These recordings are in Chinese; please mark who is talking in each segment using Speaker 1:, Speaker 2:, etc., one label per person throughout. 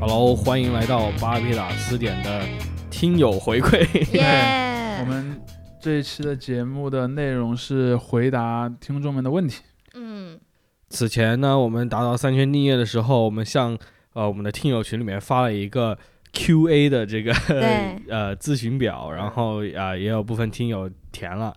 Speaker 1: Hello，欢迎来到巴比塔词典的听友回馈。
Speaker 2: 耶
Speaker 3: 我！们这一期的节目的内容是回答听众们的问题。
Speaker 2: 嗯，
Speaker 1: 此前呢，我们达到三千订阅的时候，我们向呃我们的听友群里面发了一个 Q&A 的这个
Speaker 2: 对
Speaker 1: 呃咨询表，然后啊、呃也有部分听友填了。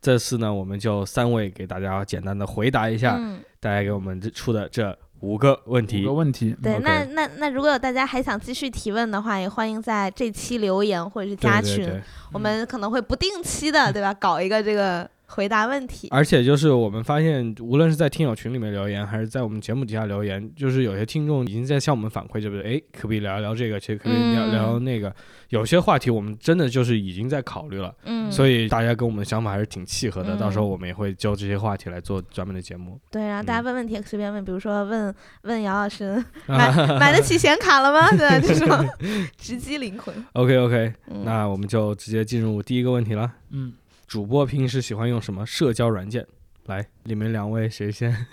Speaker 1: 这次呢，我们就三位给大家简单的回答一下，
Speaker 2: 嗯，
Speaker 1: 大家给我们这出的这五个问
Speaker 3: 五
Speaker 1: 题
Speaker 3: 个。问题，
Speaker 2: 对，
Speaker 1: 嗯 OK
Speaker 2: 那那那如果有大家还想继续提问的话，也欢迎在这期留言或者是
Speaker 1: 对
Speaker 2: 加
Speaker 1: 对
Speaker 2: 群，
Speaker 1: 对，嗯
Speaker 2: 我们可能会不定期的，对吧？搞一个这个回答问题。
Speaker 1: 而且就是我们发现，无论是在听友群里面留言，还是在我们节目底下留言，就是有些听众已经在向我们反馈，就是哎，可不可以聊一聊这个，其实可不可以聊
Speaker 2: 嗯
Speaker 1: 聊那个。有些话题我们真的就是已经在考虑了，
Speaker 2: 嗯，
Speaker 1: 所以大家跟我们的想法还是挺契合的。
Speaker 2: 嗯
Speaker 1: 到时候我们也会就这些话题来做专门的节目。
Speaker 2: 对，然后大家问问题也随便问，比如说问问姚 老师买
Speaker 1: 啊、
Speaker 2: 买得起显卡了吗？对吧，这 种直击灵魂。
Speaker 1: OK OK，、
Speaker 2: 嗯
Speaker 1: 那我们就直接进入第一个问题了。
Speaker 3: 嗯，
Speaker 1: 主播平时喜欢用什么社交软件？来，你们两位谁先？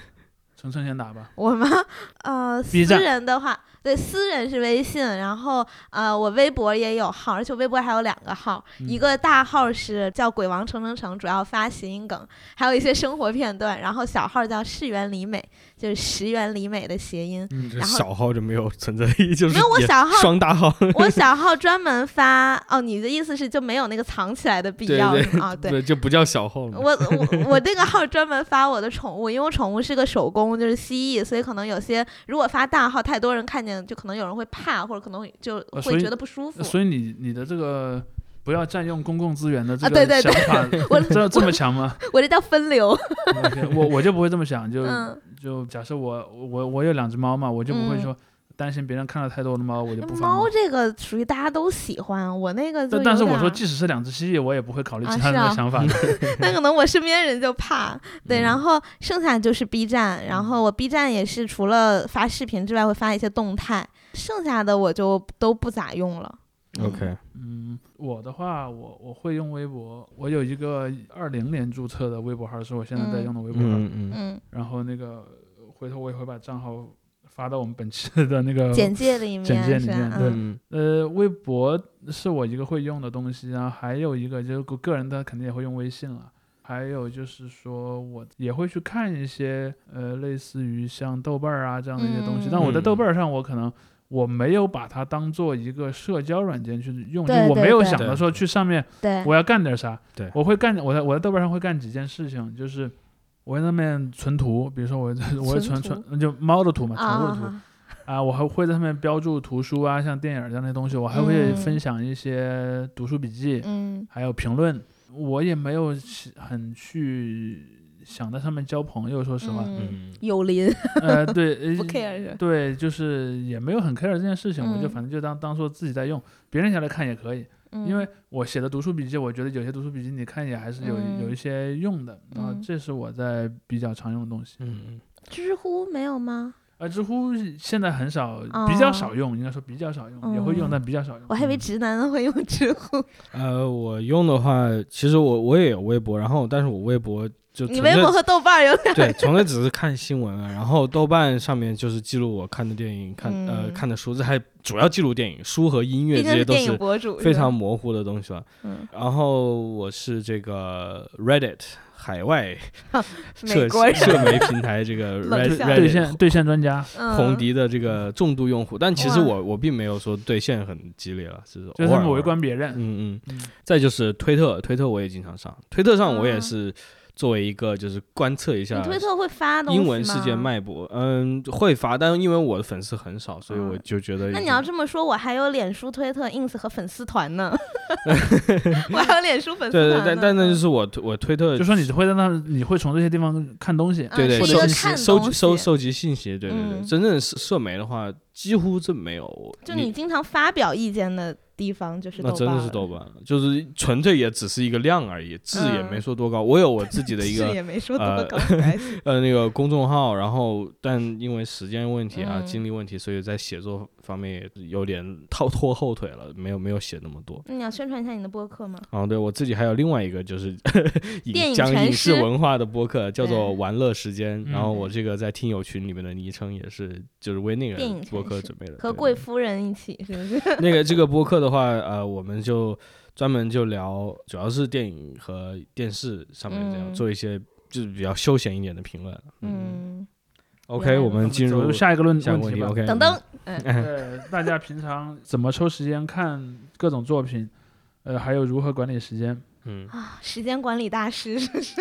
Speaker 3: 晨晨先打吧。
Speaker 2: 我吗？呃，私
Speaker 3: B 站
Speaker 2: 人的话，对，私人是微信，然后呃，我微博也有号，而且我微博还有两个号，
Speaker 3: 嗯
Speaker 2: 一个大号是叫“鬼王程程程”，主要发谐音梗，还有一些生活片段，然后小号叫“世园里美”，就是石原里美的谐音。
Speaker 3: 嗯，
Speaker 1: 这
Speaker 2: 然后
Speaker 1: 小号就没有存在意义，就是
Speaker 2: 没有我
Speaker 1: 也
Speaker 2: 小号
Speaker 1: 双大号。
Speaker 2: 我小号专门发哦，你的意思是就没有那个藏起来的必
Speaker 1: 对
Speaker 2: 要
Speaker 1: 对
Speaker 2: 是吗啊？ 对，
Speaker 1: 对，就不叫小号了嘛。
Speaker 3: 嗯
Speaker 2: 我我我那个号专门发我的宠物，因为我宠物是个手工，就是蜥蜴，所以可能有些如果发大号，太多人看见，就可能有人会怕，或者可能就
Speaker 3: 呃所
Speaker 2: 会
Speaker 3: 以
Speaker 2: 觉得不舒服。
Speaker 3: 所以你你的这个不要占用公共资源的这
Speaker 2: 啊对对
Speaker 3: 个想
Speaker 2: 对
Speaker 3: 法，
Speaker 2: 我
Speaker 3: 这这么强吗？
Speaker 2: 我这叫分流。
Speaker 3: OK，我我就不会这么想，就
Speaker 2: 嗯，
Speaker 3: 就假设我我我有两只猫嘛，我就不会
Speaker 2: 嗯
Speaker 3: 说担心别人看到太多的猫，我就不放
Speaker 2: 猫这个属于大家都喜欢，我那个就
Speaker 3: 但但是
Speaker 2: 有
Speaker 3: 我说，
Speaker 2: 点
Speaker 3: 即使是两只蜥蜴，我也不会考虑
Speaker 2: 啊
Speaker 3: 其他
Speaker 2: 是
Speaker 3: 人的
Speaker 2: 啊
Speaker 3: 想法的。
Speaker 2: 那可能我身边人就 怕，对，
Speaker 3: 嗯
Speaker 2: 然后剩下就是 B 站，然后我 B 站也是除了发视频之外，会发一些动态，剩下的我就都不咋用了。嗯
Speaker 1: OK，
Speaker 3: 嗯，我的话，我我会用微博，我有一个二零年注册的微博号，是我现在在用的微博号。
Speaker 1: 嗯
Speaker 2: 嗯，
Speaker 3: 然后那个回头我也会把账号发到我们本期的那个
Speaker 2: 简介里面
Speaker 3: 嗯简介里
Speaker 2: 是吧
Speaker 3: 面对
Speaker 2: 嗯
Speaker 1: 嗯
Speaker 3: 呃，微博是我一个会用的东西，然后还有一个就是个个人的肯定也会用微信了。还有就是说，我也会去看一些呃，类似于像豆瓣儿啊这样的一些东西。
Speaker 2: 嗯
Speaker 3: 但我在豆瓣儿上，我可能我没有把它当做一个社交软件去用，
Speaker 2: 对
Speaker 3: 就我
Speaker 2: 对
Speaker 3: 没有
Speaker 2: 对
Speaker 3: 想到说去上面
Speaker 2: 对，
Speaker 3: 我要干点啥？
Speaker 1: 对
Speaker 3: 我会干，我在我在豆瓣上会干几件事情，就是我在那边存图，比如说我我会存
Speaker 2: 存
Speaker 3: 存就猫的图嘛，宠物的图
Speaker 2: 啊，
Speaker 3: 啊，我还会在上面标注图书啊，像电影这样的东西，我还会
Speaker 2: 嗯
Speaker 3: 分享一些读书笔记，
Speaker 2: 嗯。
Speaker 3: 还有评论。我也没有去很去想在上面交朋友，说实话，
Speaker 2: 嗯，
Speaker 1: 嗯
Speaker 2: 有林
Speaker 3: 呃， 对，
Speaker 2: 不
Speaker 3: 呃
Speaker 2: care 是吧？
Speaker 3: 对，就是也没有很 care 这件事情，我就
Speaker 2: 嗯
Speaker 3: 反正就当当做自己在用，别人下来看也可以。
Speaker 2: 嗯
Speaker 3: 因为我写的读书笔记，我觉得有些读书笔记你看也还是有、
Speaker 2: 嗯
Speaker 3: 有一些用的啊，
Speaker 2: 嗯
Speaker 3: 这是我在比较常用的东西。
Speaker 1: 嗯
Speaker 2: 知乎没有吗？
Speaker 3: 啊，知乎现在很少，
Speaker 2: 哦
Speaker 3: 比较少用，应该说比较少用，也会用，
Speaker 2: 嗯
Speaker 3: 但比较少用
Speaker 2: 我。还以为直男会用知乎，
Speaker 1: 呃，我用的话，其实我我也有微博，然后但是我微博就
Speaker 2: 你
Speaker 1: 纯
Speaker 2: 微
Speaker 1: 粹
Speaker 2: 博和豆瓣儿有点
Speaker 1: 对， 纯粹只是看新闻啊，然后豆瓣上面就是记录我看的电影、看呃
Speaker 2: 嗯
Speaker 1: 看的书，这还主要记录电影，书和音乐
Speaker 2: 毕
Speaker 1: 这
Speaker 2: 竟
Speaker 1: 些
Speaker 2: 是
Speaker 1: 都
Speaker 2: 电
Speaker 1: 是
Speaker 2: 影博主，
Speaker 1: 非
Speaker 2: 是吧
Speaker 1: 常模糊的东西了。
Speaker 2: 嗯，
Speaker 1: 然后我是这个 Reddit 海外
Speaker 2: 美
Speaker 1: 社
Speaker 2: 国人
Speaker 1: 社媒平台这个
Speaker 2: 冷笑
Speaker 1: Reddit
Speaker 3: 对线对线专家，
Speaker 1: 红
Speaker 2: 嗯，
Speaker 1: 迪的这个重度用户，但其实
Speaker 2: 哇
Speaker 1: 我我并没有说对线很激烈了，只是
Speaker 3: 就
Speaker 1: 偶
Speaker 3: 是他
Speaker 1: 尔
Speaker 3: 们
Speaker 1: 偶尔
Speaker 3: 围观别人。
Speaker 1: 嗯嗯
Speaker 3: 嗯，
Speaker 1: 再就是推特，推特我也经常上，推特上我也
Speaker 2: 啊
Speaker 1: 是作为一个就是观测一
Speaker 2: 你
Speaker 1: 下
Speaker 2: 推特会发东西
Speaker 1: 英文世界
Speaker 2: 吗？
Speaker 1: 脉搏，嗯，会发，但因为我的粉丝很少，所以我
Speaker 2: 嗯
Speaker 1: 就觉得已经、
Speaker 2: 那你要这么说，我还有脸书、推特、ins 和粉丝团 呢，我还有脸书粉
Speaker 1: 对
Speaker 2: 丝团
Speaker 1: 对，
Speaker 2: 呢。
Speaker 1: 但但那就是我我推特
Speaker 3: 就说你会在那，你会从这些地方看东西，
Speaker 2: 嗯
Speaker 1: 对对
Speaker 2: 是一
Speaker 1: 收
Speaker 2: 个
Speaker 3: 集
Speaker 2: 看
Speaker 1: 收集
Speaker 2: 东
Speaker 1: 收
Speaker 2: 西
Speaker 1: 收集信息，对对对，
Speaker 2: 嗯
Speaker 1: 真正社社媒的话，几乎这没有，
Speaker 2: 就你经常发表意见的地方就是
Speaker 1: 那
Speaker 2: 豆
Speaker 1: 真
Speaker 2: 瓣
Speaker 1: 的
Speaker 2: 儿
Speaker 1: 是
Speaker 2: 了
Speaker 1: 豆瓣了，就是纯粹也只是一个量而已，质也
Speaker 2: 嗯
Speaker 1: 没说多高。我有我自己的一
Speaker 2: 是
Speaker 1: 个
Speaker 2: 也没说多
Speaker 1: 呃
Speaker 2: 高，不好意思
Speaker 1: 呃那个公众号，然后但因为时间问题啊、
Speaker 2: 嗯
Speaker 1: 精力问题，所以在写作方面也有点套拖后腿了，没有没有写那么多。
Speaker 2: 那你要宣传一下你的播客吗？
Speaker 1: 哦，对我自己还有另外一个就是
Speaker 2: 电
Speaker 1: 影
Speaker 2: 影
Speaker 1: 讲
Speaker 2: 全
Speaker 1: 影视
Speaker 2: 诗
Speaker 1: 文化的播客，叫做“
Speaker 2: 对
Speaker 1: 玩乐时间”。然后
Speaker 3: 嗯
Speaker 1: 我这个在听友群里面的昵称也是，就是为那
Speaker 2: 电影
Speaker 1: 个
Speaker 2: 全
Speaker 1: 播客
Speaker 2: 诗
Speaker 1: 准备的。
Speaker 2: 和
Speaker 1: 对
Speaker 2: 贵夫人一起是不是？
Speaker 1: 那个这个播客的话，呃，我们就专门就聊，主要是电影和电视上面这样、
Speaker 2: 嗯
Speaker 1: 做一些就是比较休闲一点的评论。
Speaker 2: 嗯，
Speaker 1: OK，我
Speaker 2: 我
Speaker 1: 们进
Speaker 3: 走
Speaker 1: 入
Speaker 3: 下一
Speaker 2: 嗯
Speaker 3: 个论
Speaker 1: 下一个问
Speaker 3: 问题
Speaker 1: 题。嗯
Speaker 3: 吧。
Speaker 1: OK，
Speaker 2: 等等，
Speaker 3: 呃，大家平常怎么抽时间看各种作品？呃，还有如何管理时间？
Speaker 1: 嗯，
Speaker 2: 啊，时间管理大师是不是？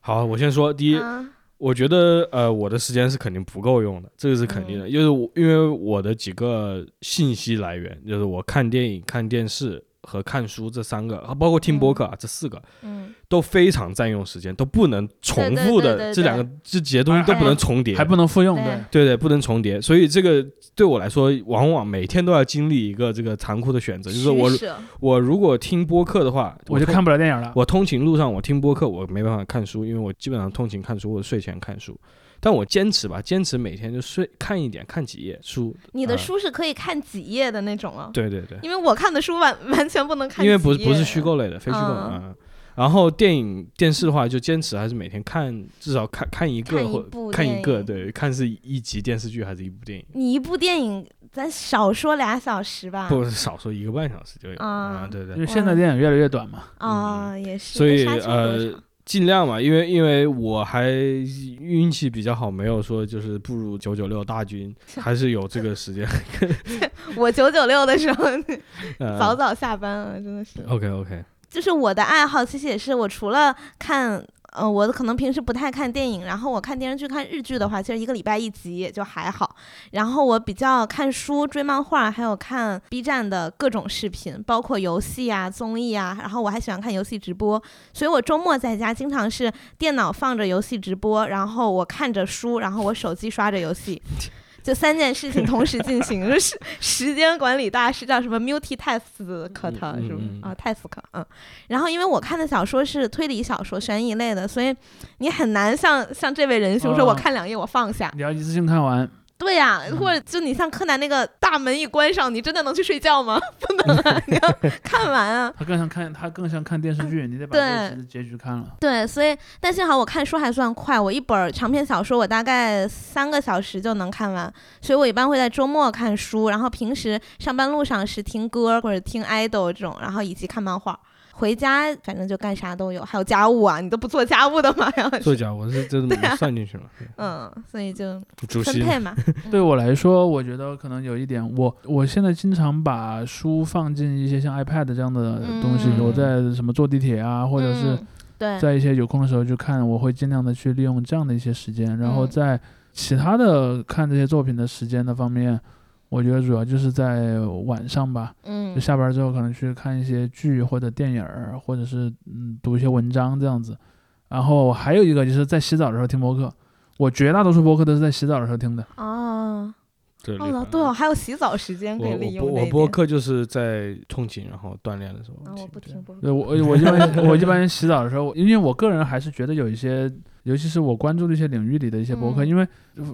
Speaker 1: 好，我先说第一，
Speaker 2: 啊
Speaker 1: 我觉得呃，我的时间是肯定不够用的，这个是肯
Speaker 2: 嗯
Speaker 1: 定的，就是我因为我的几个信息来源，就是我看电影、看电视和看书这三个，包括听播客、啊、这四个，
Speaker 2: 嗯，
Speaker 1: 都非常占用时间，都不能重复
Speaker 2: 对对对
Speaker 1: 的，
Speaker 2: 对
Speaker 1: 这两个这几些东西都不能重叠，
Speaker 3: 还不能复用，
Speaker 2: 对
Speaker 3: 对，
Speaker 1: 对对，不能重叠，所以这个对我来说，往往每天都要经历一个这个残酷的选择，就是我
Speaker 2: 取舍
Speaker 1: 我如果听播客的话，
Speaker 3: 我就
Speaker 1: 通
Speaker 3: 看不了电影了。
Speaker 1: 我通勤路上我听播客，我没办法看书，因为我基本上通勤看书或者睡前看书。但我坚持吧，坚持每天就睡看一点，看几页书。
Speaker 2: 你的
Speaker 1: 呃、
Speaker 2: 书是可以看几页的那种哦，
Speaker 1: 对对对，
Speaker 2: 因为我看的书完完全不能看
Speaker 1: 因
Speaker 2: 几页，
Speaker 1: 为不是不是虚构类的，非虚构的。
Speaker 2: 嗯
Speaker 1: 嗯然后电影电视的话，就坚持还是每天看，至少看看一个
Speaker 2: 看一
Speaker 1: 或
Speaker 2: 部
Speaker 1: 看一
Speaker 2: 电
Speaker 1: 个，
Speaker 2: 影
Speaker 1: 对，看是一集电视剧还是一部电影，
Speaker 2: 你一部电影，咱少说俩小时吧。
Speaker 1: 不少说一个半小时就有啊、
Speaker 2: 嗯
Speaker 1: 对对
Speaker 3: 因为。现在电影越来越短嘛，
Speaker 2: 啊、也
Speaker 1: 嗯
Speaker 2: 是。
Speaker 1: 所以
Speaker 2: 那沙丘有多
Speaker 1: 呃
Speaker 2: 长，
Speaker 1: 尽量嘛，因为因为我还运气比较好，没有说就是步入九九六大军， 还是有这个时间。
Speaker 2: 我九九六的时候
Speaker 1: 呃、
Speaker 2: 早早下班了，真的是。
Speaker 1: OK OK，
Speaker 2: 就是我的爱好，其实也是我除了看。呃，我可能平时不太看电影，然后我看电视剧、看日剧的话，其实一个礼拜一集也就还好。然后我比较看书、追漫画，还有看 B 站的各种视频，包括游戏啊、综艺啊。然后我还喜欢看游戏直播，所以我周末在家经常是电脑放着游戏直播，然后我看着书，然后我手机刷着游戏，就三件事情同时进行， 就是时间管理大师叫什么
Speaker 1: 嗯
Speaker 2: multitask 是不是
Speaker 1: 嗯嗯
Speaker 2: 啊？task 嗯。然后因为我看的小说是推理小说、悬疑类的，所以你很难像像这位仁兄说，
Speaker 3: 哦
Speaker 2: 我看两页我放下。
Speaker 3: 你要一次性看完。
Speaker 2: 对呀、
Speaker 3: 嗯
Speaker 2: 或者就你像柯南那个大门一关上，你真的能去睡觉吗？ 不能啊，你要看完啊。
Speaker 3: 它更像看，它更像看电视剧，你得
Speaker 2: 嗯
Speaker 3: 把
Speaker 2: 对嗯
Speaker 3: 电视的结局看了。
Speaker 2: 对，所以但幸好我看书还算快，我一本儿长篇小说我大概三个小时就能看完，所以我一般会在周末看书，然后平时上班路上是听歌或者听 idol 这种，然后以及看漫画。回家反正就干啥都有，还有家务啊，你都不做家务的吗？ 然后
Speaker 1: 作
Speaker 2: 是
Speaker 1: 家我是 真的没算进去了。
Speaker 2: 嗯，所以就
Speaker 1: 主
Speaker 2: 分
Speaker 1: 席，
Speaker 2: 配嘛，
Speaker 3: 对我来说，我觉得可能有一点，我我现在经常把书放进一些像 iPad 这样的东西，
Speaker 2: 嗯
Speaker 3: 我在什么坐地铁啊， 或者是
Speaker 2: 嗯对，
Speaker 3: 在一些有空的时候去看，我会尽量的去利用这样的一些时间，然后
Speaker 2: 嗯
Speaker 3: 在其他的看这些作品的时间的方面，我觉得主要就是在晚上吧，
Speaker 2: 嗯
Speaker 3: 就下班之后可能去看一些剧或者电影儿，或者是嗯读一些文章这样子。然后还有一个就是在洗澡的时候听播客，我绝大多数播客都是在洗澡的时候听的。
Speaker 2: 哦，
Speaker 1: 对
Speaker 2: 哦对哦，还有洗澡时间可
Speaker 1: 我
Speaker 2: 以
Speaker 1: 我
Speaker 2: 利
Speaker 1: 播
Speaker 2: 用这
Speaker 1: 我
Speaker 2: 一
Speaker 1: 播
Speaker 2: 点
Speaker 1: 客就是在通勤然后锻炼的时候
Speaker 2: 啊，
Speaker 1: 听。
Speaker 2: 我不听播客
Speaker 3: 对我我一般我一般洗澡的时候，因为我个人还是觉得有一些，尤其是我关注的一些领域里的一些博客，
Speaker 2: 嗯
Speaker 3: 因为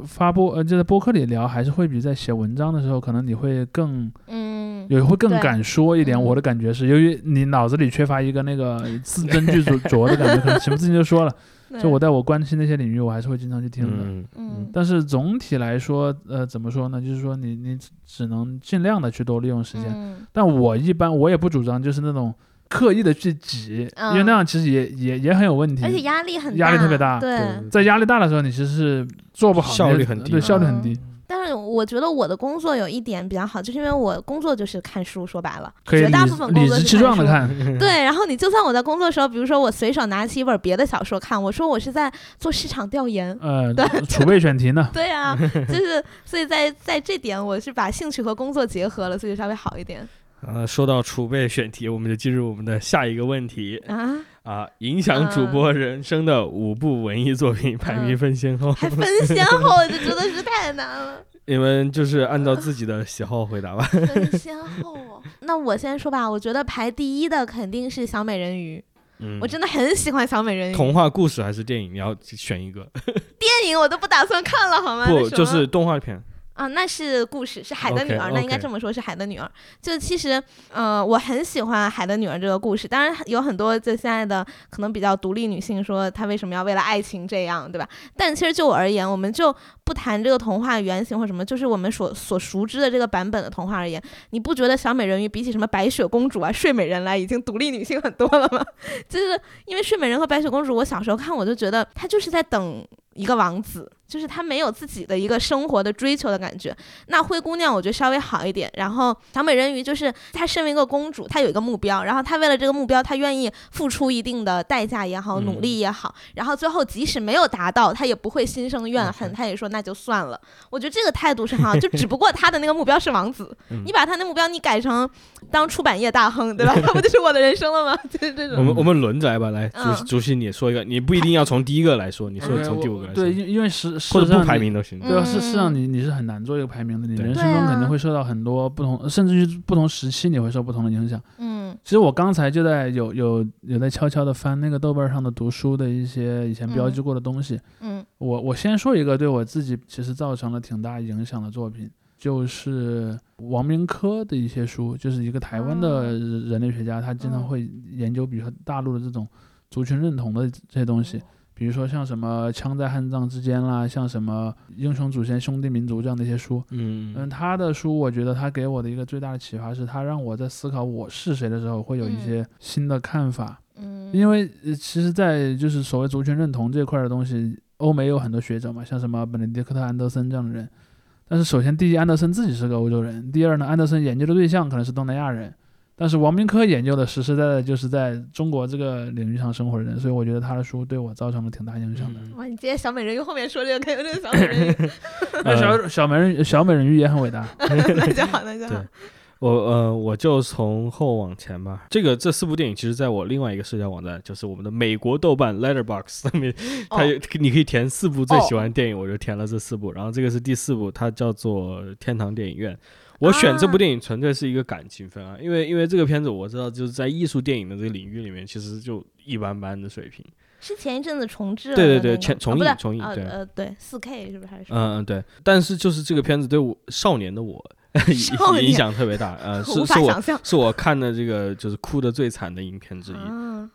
Speaker 3: 发播呃就在播客里聊，还是会比在写文章的时候，可能你会更
Speaker 2: 嗯，
Speaker 3: 也会更
Speaker 2: 对
Speaker 3: 敢说一点。
Speaker 2: 嗯
Speaker 3: 我的感觉是，由于你脑子里缺乏一个那个字斟句 酌酌的感觉，可能什么事情就说了。
Speaker 2: 对
Speaker 3: 就我在我关心那些领域，我还是会经常去听的。
Speaker 1: 嗯，
Speaker 2: 嗯
Speaker 3: 但是总体来说，呃，怎么说呢？就是说你你只能尽量的去多利用时间。
Speaker 2: 嗯
Speaker 3: 但我一般我也不主张就是那种刻意的去挤，
Speaker 2: 嗯
Speaker 3: 因为那样其实也也也很有问题。
Speaker 2: 而且压力很
Speaker 3: 压力特别大
Speaker 2: 嗯对。
Speaker 3: 在压力大的时候，你其实是做不好，
Speaker 1: 效
Speaker 3: 你
Speaker 1: 率很低
Speaker 3: 对，效率很低，
Speaker 2: 但是我觉得我的工作有一点比较好，就是因为我工作就是看书，说白了，
Speaker 3: 可以
Speaker 2: 绝
Speaker 3: 理
Speaker 2: 大部分
Speaker 3: 理
Speaker 2: 工作
Speaker 3: 直
Speaker 2: 是
Speaker 3: 气壮的
Speaker 2: 看
Speaker 3: 看。
Speaker 2: 书。对，然后你就算我在工作的时候，比如说我随手拿起一本别的小说看，我说我是在做市场调研。
Speaker 3: 呃
Speaker 2: 对，
Speaker 3: 储备选题呢？
Speaker 2: 对啊，就是所以在在这点我是把兴趣和工作结合了，所以稍微好一点
Speaker 1: 呃，说到储备选题，我们就进入我们的下一个问题
Speaker 2: 啊。
Speaker 1: 啊，影响主
Speaker 2: 嗯
Speaker 1: 播人生的五部文艺作品排名
Speaker 2: 嗯
Speaker 1: 分先 后，
Speaker 2: 还分先后，这真的是太难了。
Speaker 1: 你们就是按照自己的喜好回答吧。
Speaker 2: 分先后哦，那我先说吧，我觉得排第一的肯定是小美人鱼，
Speaker 1: 嗯，
Speaker 2: 我真的很喜欢小美人鱼。
Speaker 1: 童话故事还是电影，你要选一个，
Speaker 2: 电影我都不打算看了，好吗？
Speaker 1: 不
Speaker 2: 啊那什
Speaker 1: 就
Speaker 2: 么
Speaker 1: 是动画片？
Speaker 2: 啊，那是故事，是《海的女儿》
Speaker 1: OK，OK
Speaker 2: 那应该这么说，是《海的女儿》。就其实，呃，我很喜欢《海的女儿》这个故事。当然，有很多就现在的可能比较独立女性说她为什么要为了爱情这样，对吧？但其实就我而言，我们就不谈这个童话原型或什么，就是我们所所熟知的这个版本的童话而言，你不觉得小美人鱼比起什么白雪公主啊、睡美人来，已经独立女性很多了吗？就是因为睡美人和白雪公主，我小时候看我就觉得她就是在等一个王子，就是她没有自己的一个生活的追求的感觉。那灰姑娘我觉得稍微好一点，然后小美人鱼就是她身为一个公主，她有一个目标，然后她为了这个目标，她愿意付出一定的代价也好，
Speaker 1: 嗯
Speaker 2: 努力也好，然后最后即使没有达到，她也不会心生怨恨，
Speaker 1: OK
Speaker 2: 她也说那就算了。我觉得这个态度是很好，就只不过她的那个目标是王子，
Speaker 1: 嗯
Speaker 2: 你把她的目标你改成当出版业大亨，对 吧？那不就是我的人生了吗？ 就是这种。
Speaker 3: 啊
Speaker 1: 我们我们轮着来吧，来，
Speaker 2: 嗯
Speaker 1: 竹竹溪你说一个，你不一定要从第一个来说，你说
Speaker 3: OK，
Speaker 1: 从第
Speaker 3: 我
Speaker 1: 五个来说，
Speaker 3: 嗯对，因因为实事
Speaker 1: 或
Speaker 3: 实
Speaker 1: 者
Speaker 3: 上
Speaker 1: 不排
Speaker 3: 你
Speaker 1: 名都行。
Speaker 2: 嗯
Speaker 3: 对啊，是是让你你是很难做一个排名的，你
Speaker 1: 对
Speaker 3: 人生
Speaker 2: 对
Speaker 3: 中
Speaker 2: 啊
Speaker 3: 肯定会受到很多不同，呃甚至于不同时期你会受不同的影响。
Speaker 2: 嗯
Speaker 3: 其实我刚才就在有有有在悄悄的翻那个豆瓣上的读书的一些以前标记过的东西。
Speaker 2: 嗯
Speaker 3: 我我先说一个对我自己其实造成了挺大影响的作品，就是王明科的一些书，就是一个台湾的人类学家，他经常
Speaker 2: 哦嗯
Speaker 3: 会研究比如说大陆的这种族群认同的这些东西。比如说像什么枪在汉藏之间啦，像什么英雄祖先兄弟民族这样的一些书，
Speaker 1: 嗯
Speaker 3: 嗯，他的书我觉得他给我的一个最大的启发是，他让我在思考我是谁的时候会有一
Speaker 2: 嗯
Speaker 3: 些新的看法，
Speaker 2: 嗯，
Speaker 3: 因为呃其实，在就是所谓族群认同这块的东西，欧美有很多学者嘛，像什么本尼迪克特·安德森这样的人，但是首先第一，安德森自己是个欧洲人；第二呢，安德森研究的对象可能是东南亚人。但是王明科研究的实实在在就是在中国这个领域上生活的人，所以我觉得他的书对我造成了挺大影响的。
Speaker 1: 嗯
Speaker 2: 哇，你接小美人鱼后面说这个，感觉这个小美人鱼
Speaker 3: 那呃小小美人小美人鱼也很伟大，
Speaker 2: 那就好，那就好
Speaker 1: 对。我呃，我就从后往前吧。这个这四部电影，其实在我另外一个社交网站，就是我们的美国豆瓣 Letterbox 上面，
Speaker 2: 哦
Speaker 1: 它有、你可以填四部最喜欢的电影，我就填了这四部。然后这个是第四部，它叫做《天堂电影院》。我选这部
Speaker 2: 啊
Speaker 1: 电影纯粹是一个感情分啊，因为因为这个片子我知道，就是在艺术电影的这个领域里面，其实就一般般的水平。
Speaker 2: 是前一阵子重置了的
Speaker 1: 对
Speaker 2: 那
Speaker 1: 对
Speaker 2: 个，
Speaker 1: 对前重
Speaker 2: 啊不
Speaker 1: 映
Speaker 2: 是
Speaker 1: 重映
Speaker 2: 呃
Speaker 1: 对
Speaker 2: 呃对，四 K 是不是还是什
Speaker 1: 嗯
Speaker 2: 么？
Speaker 1: 嗯，对。但是就是这个片子对我少年的我
Speaker 2: 少年
Speaker 1: 影响特别大， 呃，
Speaker 2: 无
Speaker 1: 是
Speaker 2: 法
Speaker 1: 是我
Speaker 2: 想象。
Speaker 1: 是我看的这个就是哭的最惨的影片之一。
Speaker 2: 啊，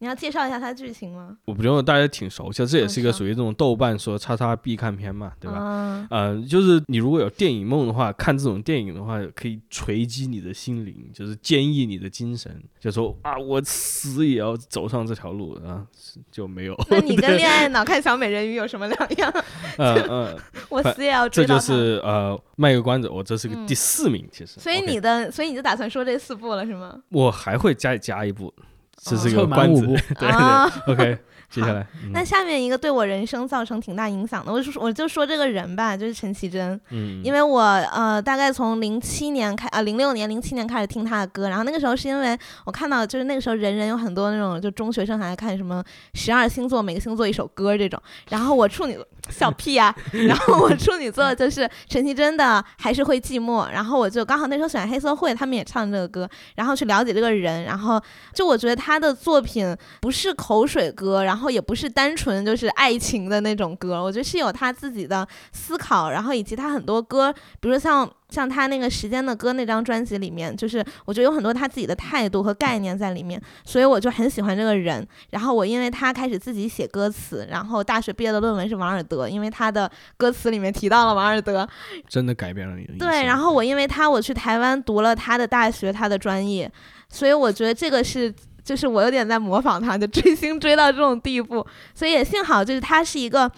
Speaker 2: 你要介绍一下它剧情吗？
Speaker 1: 我不觉得大家挺熟悉的，这也
Speaker 2: 嗯
Speaker 1: 是一个
Speaker 2: 是
Speaker 1: 属于这种豆瓣说叉叉必看片嘛，对吧？
Speaker 2: 吧？
Speaker 1: 嗯、就是你如果有电影梦的话，看这种电影的话，可以锤击你的心灵，就是坚毅你的精神，就说啊，我死也要走上这条路啊，就没有。
Speaker 2: 那你跟恋爱脑看小美人鱼有什么两样？
Speaker 1: 嗯嗯，
Speaker 2: 我
Speaker 1: 反
Speaker 2: 死也要
Speaker 1: 这
Speaker 2: 追到
Speaker 1: 就
Speaker 2: 他。
Speaker 1: 是呃，卖个关子，我这是个
Speaker 2: 嗯
Speaker 1: 第四名，其实。
Speaker 2: 所以
Speaker 1: OK
Speaker 2: 你的，所以你就打算说这四部了是吗？
Speaker 1: 我还会再加一部， 这 是
Speaker 3: 啊凑
Speaker 1: 个
Speaker 3: 满
Speaker 1: 关
Speaker 3: 五
Speaker 1: 子。
Speaker 3: 部
Speaker 1: 对对
Speaker 2: 啊，
Speaker 1: OK，接下来，嗯
Speaker 2: 那下面一个对我人生造成挺大影响的，我就说我就说这个人吧，就是陈绮贞。
Speaker 1: 嗯，
Speaker 2: 因
Speaker 1: 为
Speaker 2: 为我呃大概从零七年开啊零六年零七年开始听他的歌，然后那个时候是因为我看到就是那个时候人人有很多那种就中学生还爱看什么十二星座每个星座一首歌这种，然后我处女 小屁啊，然后我处女座就是陈绮贞的还是会寂寞，然后我就刚好那时候喜欢黑社会，他们也唱这个歌，然后去了解这个人，然后就我觉得他的作品不是口水歌，然后也不是单纯就是爱情的那种歌，我觉得是有他自己的思考，然后以及他很多歌，比如像像他那个《时间的歌》那张专辑里面，就是我觉得有很多他自己的态度和概念在里面，所以我就很喜欢这个人。然后我因为他开始自己写歌词，然后大学毕业的论文是王尔德，因为他的歌词里面提到了王尔德，
Speaker 1: 真的改变了你的一生。
Speaker 2: 对，然后我因为他，我去台湾读了他的大学，他的专业，所以我觉得这个是，就是我有点在模仿他，就追星追到这种地步，所以也幸好就是他是一个。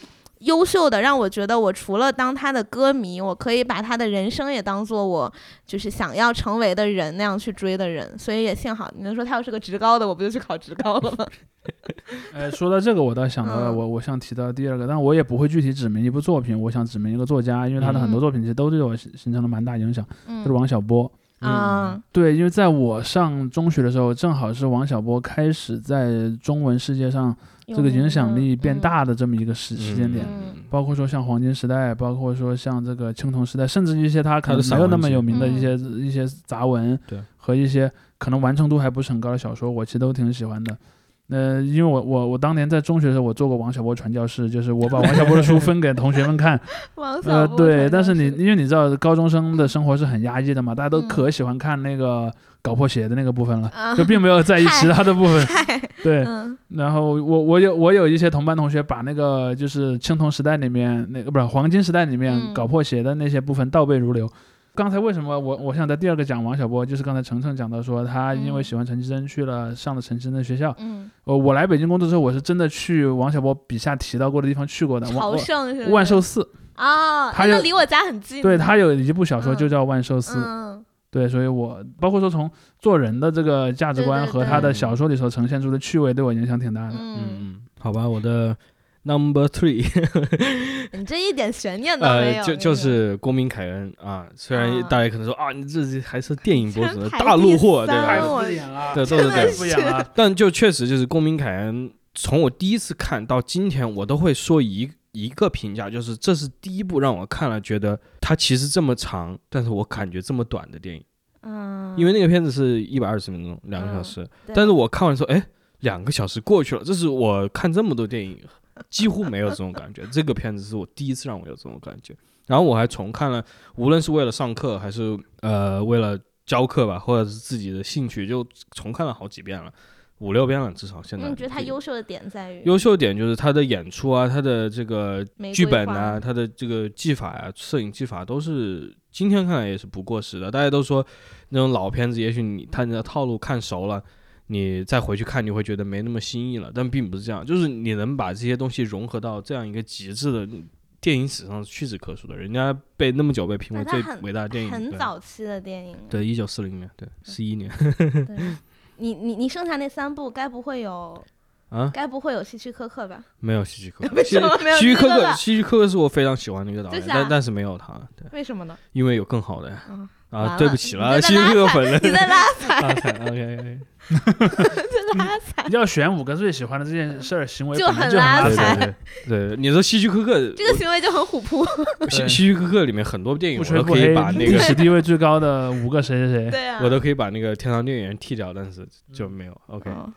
Speaker 2: 优秀的让我觉得，我除了当他的歌迷，我可以把他的人生也当做我就是想要成为的人那样去追的人，所以也幸好。你能说他要是个职高的，我不就去考职高了吗？
Speaker 3: 呃，说到这个，我倒想到了，
Speaker 2: 嗯
Speaker 3: 我我想提到第二个，但我也不会具体指明一部作品，我想指明一个作家，因为他的很多
Speaker 2: 嗯
Speaker 3: 作品其实都对我形形成了蛮大影响，
Speaker 2: 嗯
Speaker 3: 就是王小波。嗯
Speaker 2: 啊，
Speaker 3: 对，因为在我上中学的时候，正好是王小波开始在中文世界上嗯这个影响力
Speaker 2: 嗯
Speaker 3: 变大的这么一个时、时间点，
Speaker 1: 嗯
Speaker 3: 包括说像黄金时代，包括说像这个青铜时代，甚至一些他可
Speaker 1: 他的
Speaker 3: 能
Speaker 1: 散
Speaker 3: 没有那
Speaker 1: 文
Speaker 3: 么
Speaker 1: 集
Speaker 3: 有名的一些、一些杂文
Speaker 1: 对，
Speaker 3: 和一些可能完成度还不是很高的小说，我其实都挺喜欢的。呃，因为我我我当年在中学的时候，我做过王小波传教士，就是我把王小波的书分给同学们看，
Speaker 2: 嗯王小
Speaker 3: 呃，
Speaker 2: 波
Speaker 3: 对，
Speaker 2: 传教
Speaker 3: 但是你
Speaker 2: 士
Speaker 3: 因为你知道高中生的生活是很压抑的嘛，大家都
Speaker 2: 嗯
Speaker 3: 可喜欢看那个搞破鞋的那个部分 了，
Speaker 2: 啊
Speaker 3: 就并没有在意其他的部分。
Speaker 2: 嗨
Speaker 3: 对，
Speaker 2: 嗯
Speaker 3: 然后我我有我有一些同班同学把那个就是青铜时代里面那个不是黄金时代里面
Speaker 2: 嗯
Speaker 3: 搞破鞋的那些部分倒背如流。刚才为什么我我想在第二个讲王小波，就是刚才程程讲到说他因为
Speaker 2: 嗯
Speaker 3: 喜欢陈绮贞去了上了陈绮贞的学校，
Speaker 2: 嗯，
Speaker 3: 呃，我来北京工作之后，我是真的去王小波笔下提到过的地方去过的，
Speaker 2: 朝
Speaker 3: 万
Speaker 2: 圣是不
Speaker 3: 万
Speaker 2: 是
Speaker 3: 寿寺，
Speaker 2: 哦，
Speaker 3: 他
Speaker 2: 哎那
Speaker 3: 就
Speaker 2: 离我家很近，
Speaker 3: 对他有一部小说
Speaker 2: 嗯
Speaker 3: 就叫《万寿寺》，
Speaker 2: 嗯
Speaker 3: 对，所以我包括说从做人的这个价值
Speaker 2: 对
Speaker 3: 观
Speaker 2: 对
Speaker 3: 和
Speaker 2: 对
Speaker 3: 他的小说里所呈现出的趣味，对我影响挺大的。
Speaker 2: 嗯，
Speaker 1: 嗯，好吧，我的 number three，
Speaker 2: 你这一点悬念都没
Speaker 1: 嗯 呃，
Speaker 2: 有，
Speaker 1: 就
Speaker 2: 那
Speaker 1: 就
Speaker 2: 个
Speaker 1: 是公民凯恩啊，虽然
Speaker 2: 啊
Speaker 1: 大家可能说啊，你这是还是电影博主的
Speaker 2: 全排
Speaker 1: 大
Speaker 2: 第
Speaker 1: 陆货，对
Speaker 2: 三
Speaker 1: 吧
Speaker 2: 了？我
Speaker 3: 了
Speaker 1: 对，都是这
Speaker 2: 哦真
Speaker 1: 样
Speaker 2: 的。
Speaker 3: 不演 了。
Speaker 1: 但就确实就是公民凯恩，从我第一次看到今天，我都会说一一个评价，就是这是第一部让我看了觉得它其实这么长，但是我感觉这么短的电影，
Speaker 2: 嗯，
Speaker 1: 因为那个片子是一百二十分钟，两个小时，
Speaker 2: 对
Speaker 1: 但是我看完说，哎，两个小时过去了，这是我看这么多电影几乎没有这种感觉。这个片子是我第一次让我有这种感觉。然后我还重看了，无论是为了上课还是呃为了教课吧，或者是自己的兴趣，就重看了好几遍了，五六遍了，至少现在。
Speaker 2: 嗯，觉得他优秀的点在于
Speaker 1: 优秀点就是他的演出啊，他的这个
Speaker 2: 玫瑰
Speaker 1: 剧本
Speaker 2: 花
Speaker 1: 啊，他的这个技法呀、摄影技法都是今天看来也是不过时的。大家都说那种老片子，也许你他的套路看熟了，你再回去看，你会觉得没那么新意了。但并不是这样，就是你能把这些东西融合到这样一个极致的电影史上是屈指可数的。人家被那么久被评为
Speaker 2: 啊他
Speaker 1: 最
Speaker 2: 很
Speaker 1: 伟大的电影，
Speaker 2: 很
Speaker 1: 对
Speaker 2: 早嗯期的电影，
Speaker 1: 对，一九四零年，对，十一年
Speaker 2: 对，你你你剩下那三部，该不会有
Speaker 1: 啊，
Speaker 2: 该不会有希区柯克吧？
Speaker 1: 没有希区柯克，
Speaker 2: 为
Speaker 1: 希
Speaker 2: 什么没有
Speaker 1: 希区
Speaker 2: 希区
Speaker 1: 柯
Speaker 2: 柯
Speaker 1: 克，
Speaker 2: 克
Speaker 1: 希区柯克是我非常喜欢的一个导
Speaker 2: 就
Speaker 1: 演，
Speaker 2: 是啊
Speaker 1: 但但是没有他，对。
Speaker 2: 为什 么呢？
Speaker 1: 因为有更好的呀。
Speaker 2: 嗯完
Speaker 1: 啊，
Speaker 2: 了
Speaker 1: 对不起
Speaker 2: 你
Speaker 1: 了，
Speaker 2: 在
Speaker 1: 新
Speaker 2: 拉
Speaker 1: 热
Speaker 2: 踩
Speaker 1: 粉了。
Speaker 2: 你在拉踩，
Speaker 1: 拉踩，OK，
Speaker 2: 在拉踩，
Speaker 3: 要选五个最喜欢的这件事儿，行为
Speaker 2: 就
Speaker 3: 本来
Speaker 2: 很
Speaker 3: 就很
Speaker 2: 拉
Speaker 1: 对
Speaker 2: 踩
Speaker 1: 对
Speaker 3: 踩，
Speaker 1: 对对，你说希区柯克，
Speaker 2: 这个行为就很虎扑。
Speaker 1: 我希
Speaker 3: 对
Speaker 1: 希区柯克里面很多电影我
Speaker 3: 不吹
Speaker 1: 都
Speaker 3: 不
Speaker 1: 可以
Speaker 3: 黑
Speaker 1: 把，那
Speaker 3: 历
Speaker 1: 个，
Speaker 3: 史地位最高的五个谁谁谁，
Speaker 2: 对啊，
Speaker 1: 我都可以把那个《天堂电影院》剃掉，但是就没有。OK，
Speaker 2: 嗯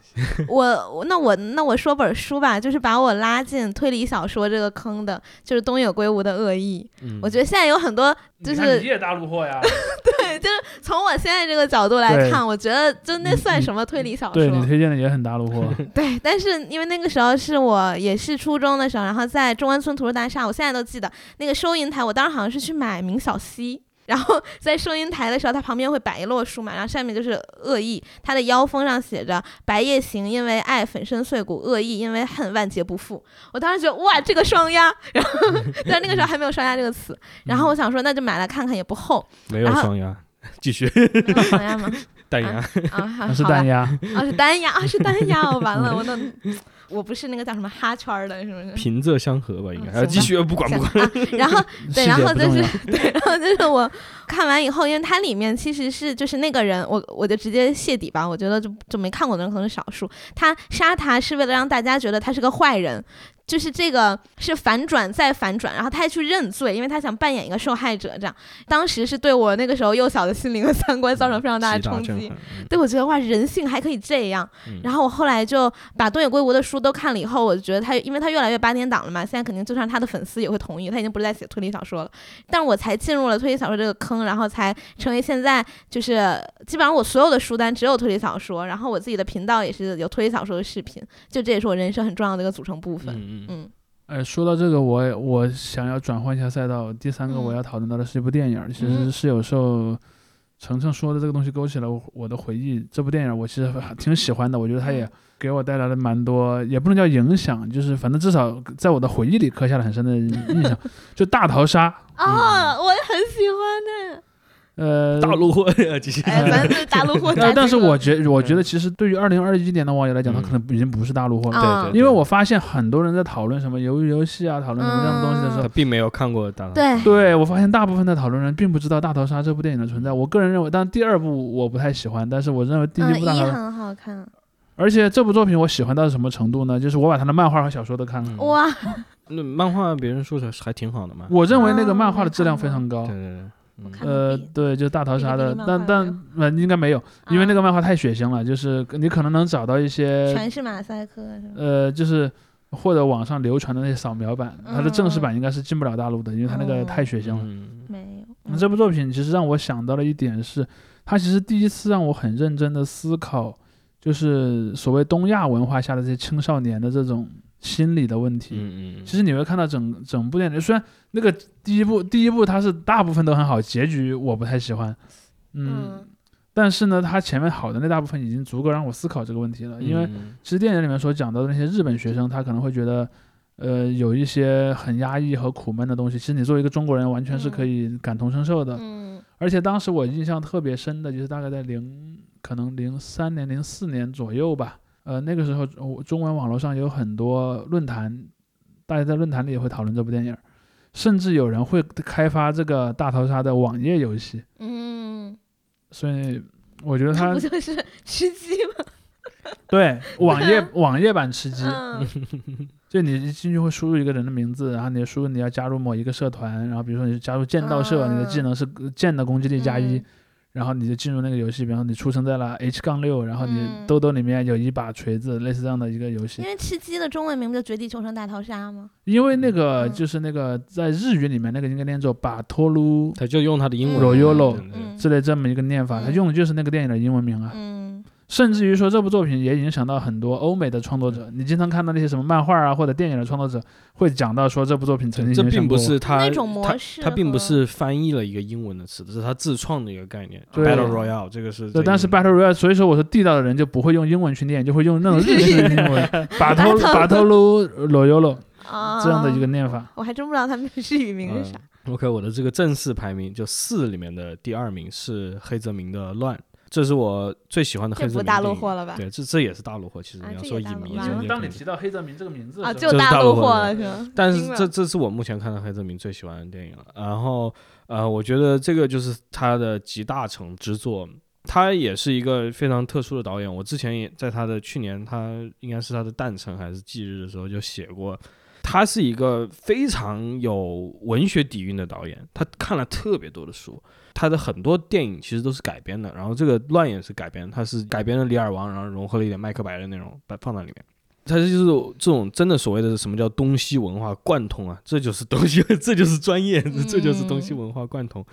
Speaker 2: 我我那我那我说本书吧，就是把我拉进推理小说这个坑的，就是东野圭吾的《恶意》。
Speaker 1: 嗯
Speaker 2: 我觉得现在有很多，就
Speaker 3: 你看
Speaker 2: 是
Speaker 3: 你也大陆货 呀，
Speaker 2: 对，就是从我现在这个角度来
Speaker 3: 对
Speaker 2: 看，我觉得就那
Speaker 3: 你
Speaker 2: 算
Speaker 3: 你
Speaker 2: 什么推理小说？
Speaker 3: 对你推荐的也很大 陆货，
Speaker 2: 对，但是因为那个时候是我也是初中的时候，然后在中关村图书大厦，我现在都记得那个收银台，我当时好像是去买明晓溪。 然后在收银台的时候，它旁边会摆一摞书嘛，然后上面就是恶意，它的腰封上写着“白夜行，因为爱粉身碎骨；恶意，因为恨万劫不复”。我当时觉得哇，这个双押，然后 但那个时候还没有双押这个词，然后我想说那就买来看看也不厚，
Speaker 1: 没有
Speaker 2: 然后
Speaker 1: 双鸭，继续
Speaker 2: 没有双押吗？
Speaker 1: 单 鸭。
Speaker 2: 啊，好
Speaker 3: 那是
Speaker 2: 好吧
Speaker 3: 弹压，
Speaker 2: 啊，是单压，啊是单压，我完了，我那我不是那个叫什么哈圈儿的，是不是？
Speaker 1: 平仄相合吧，应该。
Speaker 2: 嗯
Speaker 1: 啊
Speaker 2: 行
Speaker 1: 继续，不管
Speaker 2: 行
Speaker 1: 不管。
Speaker 2: 啊，然后 对，
Speaker 3: 细
Speaker 2: 然
Speaker 3: 节
Speaker 2: 后
Speaker 3: 不
Speaker 2: 就
Speaker 3: 重
Speaker 2: 是
Speaker 3: 要。
Speaker 2: 对，然后就是我看完以后，因为它里面其实是就是那个人，我我就直接谢底吧，我觉得就就没看过的人可能是少数，他杀他是为了让大家觉得他是个坏人。就是这个是反转再反转，然后他还去认罪，因为他想扮演一个受害者，这样当时是对我那个时候幼小的心灵和三观造成非常大的
Speaker 1: 极
Speaker 2: 冲
Speaker 1: 震
Speaker 2: 击。
Speaker 1: 撼嗯
Speaker 2: 对，我觉得哇，人性还可以这样。
Speaker 1: 嗯
Speaker 2: 然后我后来就把东野圭吾的书都看了以后，我就觉得他，因为他越来越八点档了嘛，现在肯定就算是他的粉丝也会同意，他已经不是在写推理小说了。但我才进入了推理小说这个坑，然后才成为现在就是基本上我所有的书单只有推理小说，然后我自己的频道也是有推理小说的视频，就这也是我人生很重要的一个组成部分。
Speaker 1: 嗯嗯
Speaker 2: 嗯
Speaker 3: 呃，说到这个，我我想要转换一下赛道。第三个我
Speaker 2: 嗯
Speaker 3: 要讨论到的是一部电影儿，其实
Speaker 2: 嗯
Speaker 3: 是有受程程说的这个东西勾起了我我的回忆。这部电影儿我其实还挺喜欢的，我觉得它也
Speaker 2: 嗯
Speaker 3: 给我带来了蛮多，也不能叫影响，就是反正至少在我的回忆里刻下了很深的 印象。就大逃杀，
Speaker 2: 哦，我也很喜欢呢、
Speaker 3: 呃，
Speaker 1: 嗯大陆货，继续。
Speaker 2: 哎，咱这大陆 货
Speaker 3: 但
Speaker 2: 打
Speaker 3: 但是
Speaker 2: 这个
Speaker 3: 我觉我觉得其实对于二零二一年的我来讲，它可能已经不是大陆货了，
Speaker 2: 啊
Speaker 1: 对对，
Speaker 3: 因为我发现很多人在讨论什么鱿鱼游戏啊，讨论什么这样的东西的
Speaker 2: 嗯
Speaker 3: 时候
Speaker 1: 他。并没有看过大。
Speaker 2: 对
Speaker 3: 对我发现大部分的讨论人并不知道《大逃杀》这部电影的存在。我个人认为，但第二部我不太喜欢，但是我认为第一
Speaker 2: 嗯，
Speaker 3: 部大嗯
Speaker 2: 一
Speaker 3: 逃杀，
Speaker 2: 很好看，
Speaker 3: 而且这部作品我喜欢到什么程度呢？就是我把它的漫画和小说都看了。
Speaker 1: 嗯
Speaker 2: 哇，
Speaker 1: 那漫画别人说的还挺好的嘛。
Speaker 3: 我认为那个
Speaker 2: 哦
Speaker 3: 漫
Speaker 2: 我
Speaker 3: 画的质量非常高
Speaker 1: 对，对对，嗯
Speaker 2: 我嗯看过
Speaker 3: 呃，
Speaker 2: B
Speaker 3: 对，就大逃杀的
Speaker 2: 哔哩哔哩，漫
Speaker 3: 但
Speaker 2: 画啊有
Speaker 3: 但呃应该没有，因为那个漫画太血腥了，就是你可能能找到一些
Speaker 1: 呃
Speaker 2: 全是马赛克是吧？
Speaker 3: 呃，就是或者网上流传的那些扫描版，它的正式版应该是进不了大陆的，因为它那个
Speaker 2: 嗯
Speaker 3: 太血腥了。
Speaker 1: 嗯
Speaker 2: 没有，
Speaker 3: 那
Speaker 2: 嗯
Speaker 3: 这部作品其实让我想到了一点是，它其实第一次让我很认真的思考，就是所谓东亚文化下的这些青少年的这种心理的问题。
Speaker 1: 嗯嗯，
Speaker 3: 其实你会看到整整部电影，虽然那个第一部第一部它是大部分都很好，结局我不太喜欢，嗯，
Speaker 2: 嗯
Speaker 3: 但是呢，它前面好的那大部分已经足够让我思考这个问题了，因为
Speaker 1: 嗯
Speaker 3: 其实电影里面所讲到的那些日本学生，他可能会觉得，呃，有一些很压抑和苦闷的东西，其实你作为一个中国人，完全是可以感同身受的。
Speaker 2: 嗯
Speaker 3: 而且当时我印象特别深的就是大概在零可能零三年、零四年左右吧，呃，那个时候我中文网络上有很多论坛，大家在论坛里也会讨论这部电影儿，甚至有人会开发这个大逃杀的网页游戏，
Speaker 2: 嗯，
Speaker 3: 所以我觉得
Speaker 2: 那
Speaker 3: 它
Speaker 2: 不就是吃鸡 吗？
Speaker 3: 对网页网页版吃鸡。
Speaker 2: 嗯
Speaker 3: 就你一进去会输入一个人的名字，然后你输入你要加入某一个社团，然后比如说你加入剑道社，
Speaker 2: 啊
Speaker 3: 你的技能是剑的攻击力加一、
Speaker 2: 嗯
Speaker 3: 然后你就进入那个游戏。比方说你出生在了 H 杠六，然后你
Speaker 2: 嗯
Speaker 3: 兜兜里面有一把锤子，类似这样的一个游戏
Speaker 2: 因。为吃鸡的中文名不就《绝地求生大逃杀》吗？
Speaker 3: 因为那个
Speaker 2: 嗯
Speaker 3: 就是那个在日语里面那个应该念作把托鲁
Speaker 1: 他就用他的英文
Speaker 3: Royolo
Speaker 1: 对对对
Speaker 2: 嗯
Speaker 3: 之类这么一个念法，
Speaker 2: 嗯
Speaker 3: 它用的就是那个电影的英文名啊。
Speaker 2: 嗯
Speaker 3: 甚至于说这部作品也影响到很多欧美的创作者，你经常看到那些什么漫画啊或者电影的创作者会讲到说这部作品曾经
Speaker 1: 这
Speaker 3: 影响
Speaker 1: 并不
Speaker 3: 过我
Speaker 1: 是他
Speaker 2: 那种模
Speaker 1: 他
Speaker 2: 式
Speaker 1: 他并不
Speaker 2: 和
Speaker 1: 是翻译了一个英文的词，这是他自创的一个概念。
Speaker 3: 对
Speaker 1: Battle Royale 这个是在
Speaker 3: 对，
Speaker 1: 英
Speaker 3: 但是 Battle Royale，所以说我说地道的人就不会用英文去念，就会用那种日式英文 ，Battle Battle Royale
Speaker 2: 啊
Speaker 3: 这样的一个，念法。
Speaker 2: 我还真不知道他们是语名
Speaker 3: 嗯
Speaker 2: 是啥。
Speaker 1: OK，我的这个正式排名就四里面的第二名是黑泽明的《乱》，这是我最喜欢的黑
Speaker 2: 这
Speaker 1: 泽
Speaker 2: 不
Speaker 1: 明
Speaker 2: 大
Speaker 1: 电
Speaker 2: 陆
Speaker 1: 影
Speaker 2: 货了吧？
Speaker 1: 对，这这也是大陆货。其实
Speaker 2: 啊
Speaker 1: 你要
Speaker 2: 这
Speaker 1: 说
Speaker 2: 也
Speaker 1: 影
Speaker 2: 大陆
Speaker 1: 迷这
Speaker 2: 货完了
Speaker 1: 些
Speaker 2: 嗯
Speaker 1: 东
Speaker 3: 当你
Speaker 1: 西，
Speaker 3: 提到黑泽明这个名字
Speaker 2: 啊，
Speaker 3: 的时
Speaker 2: 就
Speaker 3: 候，
Speaker 1: 这是大陆
Speaker 2: 陆
Speaker 1: 货
Speaker 2: 货
Speaker 1: 了
Speaker 2: 了是吗？
Speaker 1: 但是
Speaker 2: 惊了
Speaker 1: 这这是我目前看到黑泽明最喜欢的电影了。然后呃，我觉得这个就是他的集大成之作。他也是一个非常特殊的导演。我之前也在他的去年，他应该是他的诞辰还是忌日的时候就写过，他是一个非常有文学底蕴的导演。他看了特别多的书，他的很多电影其实都是改编的。然后这个《乱》也是改编，他是改编了《李尔王》，然后融合了一点《麦克白》的内容，把放在里面。它就是这种真的所谓的什么叫东西文化贯通啊，这就是东西， 这就是专业，这就是东西文化贯通。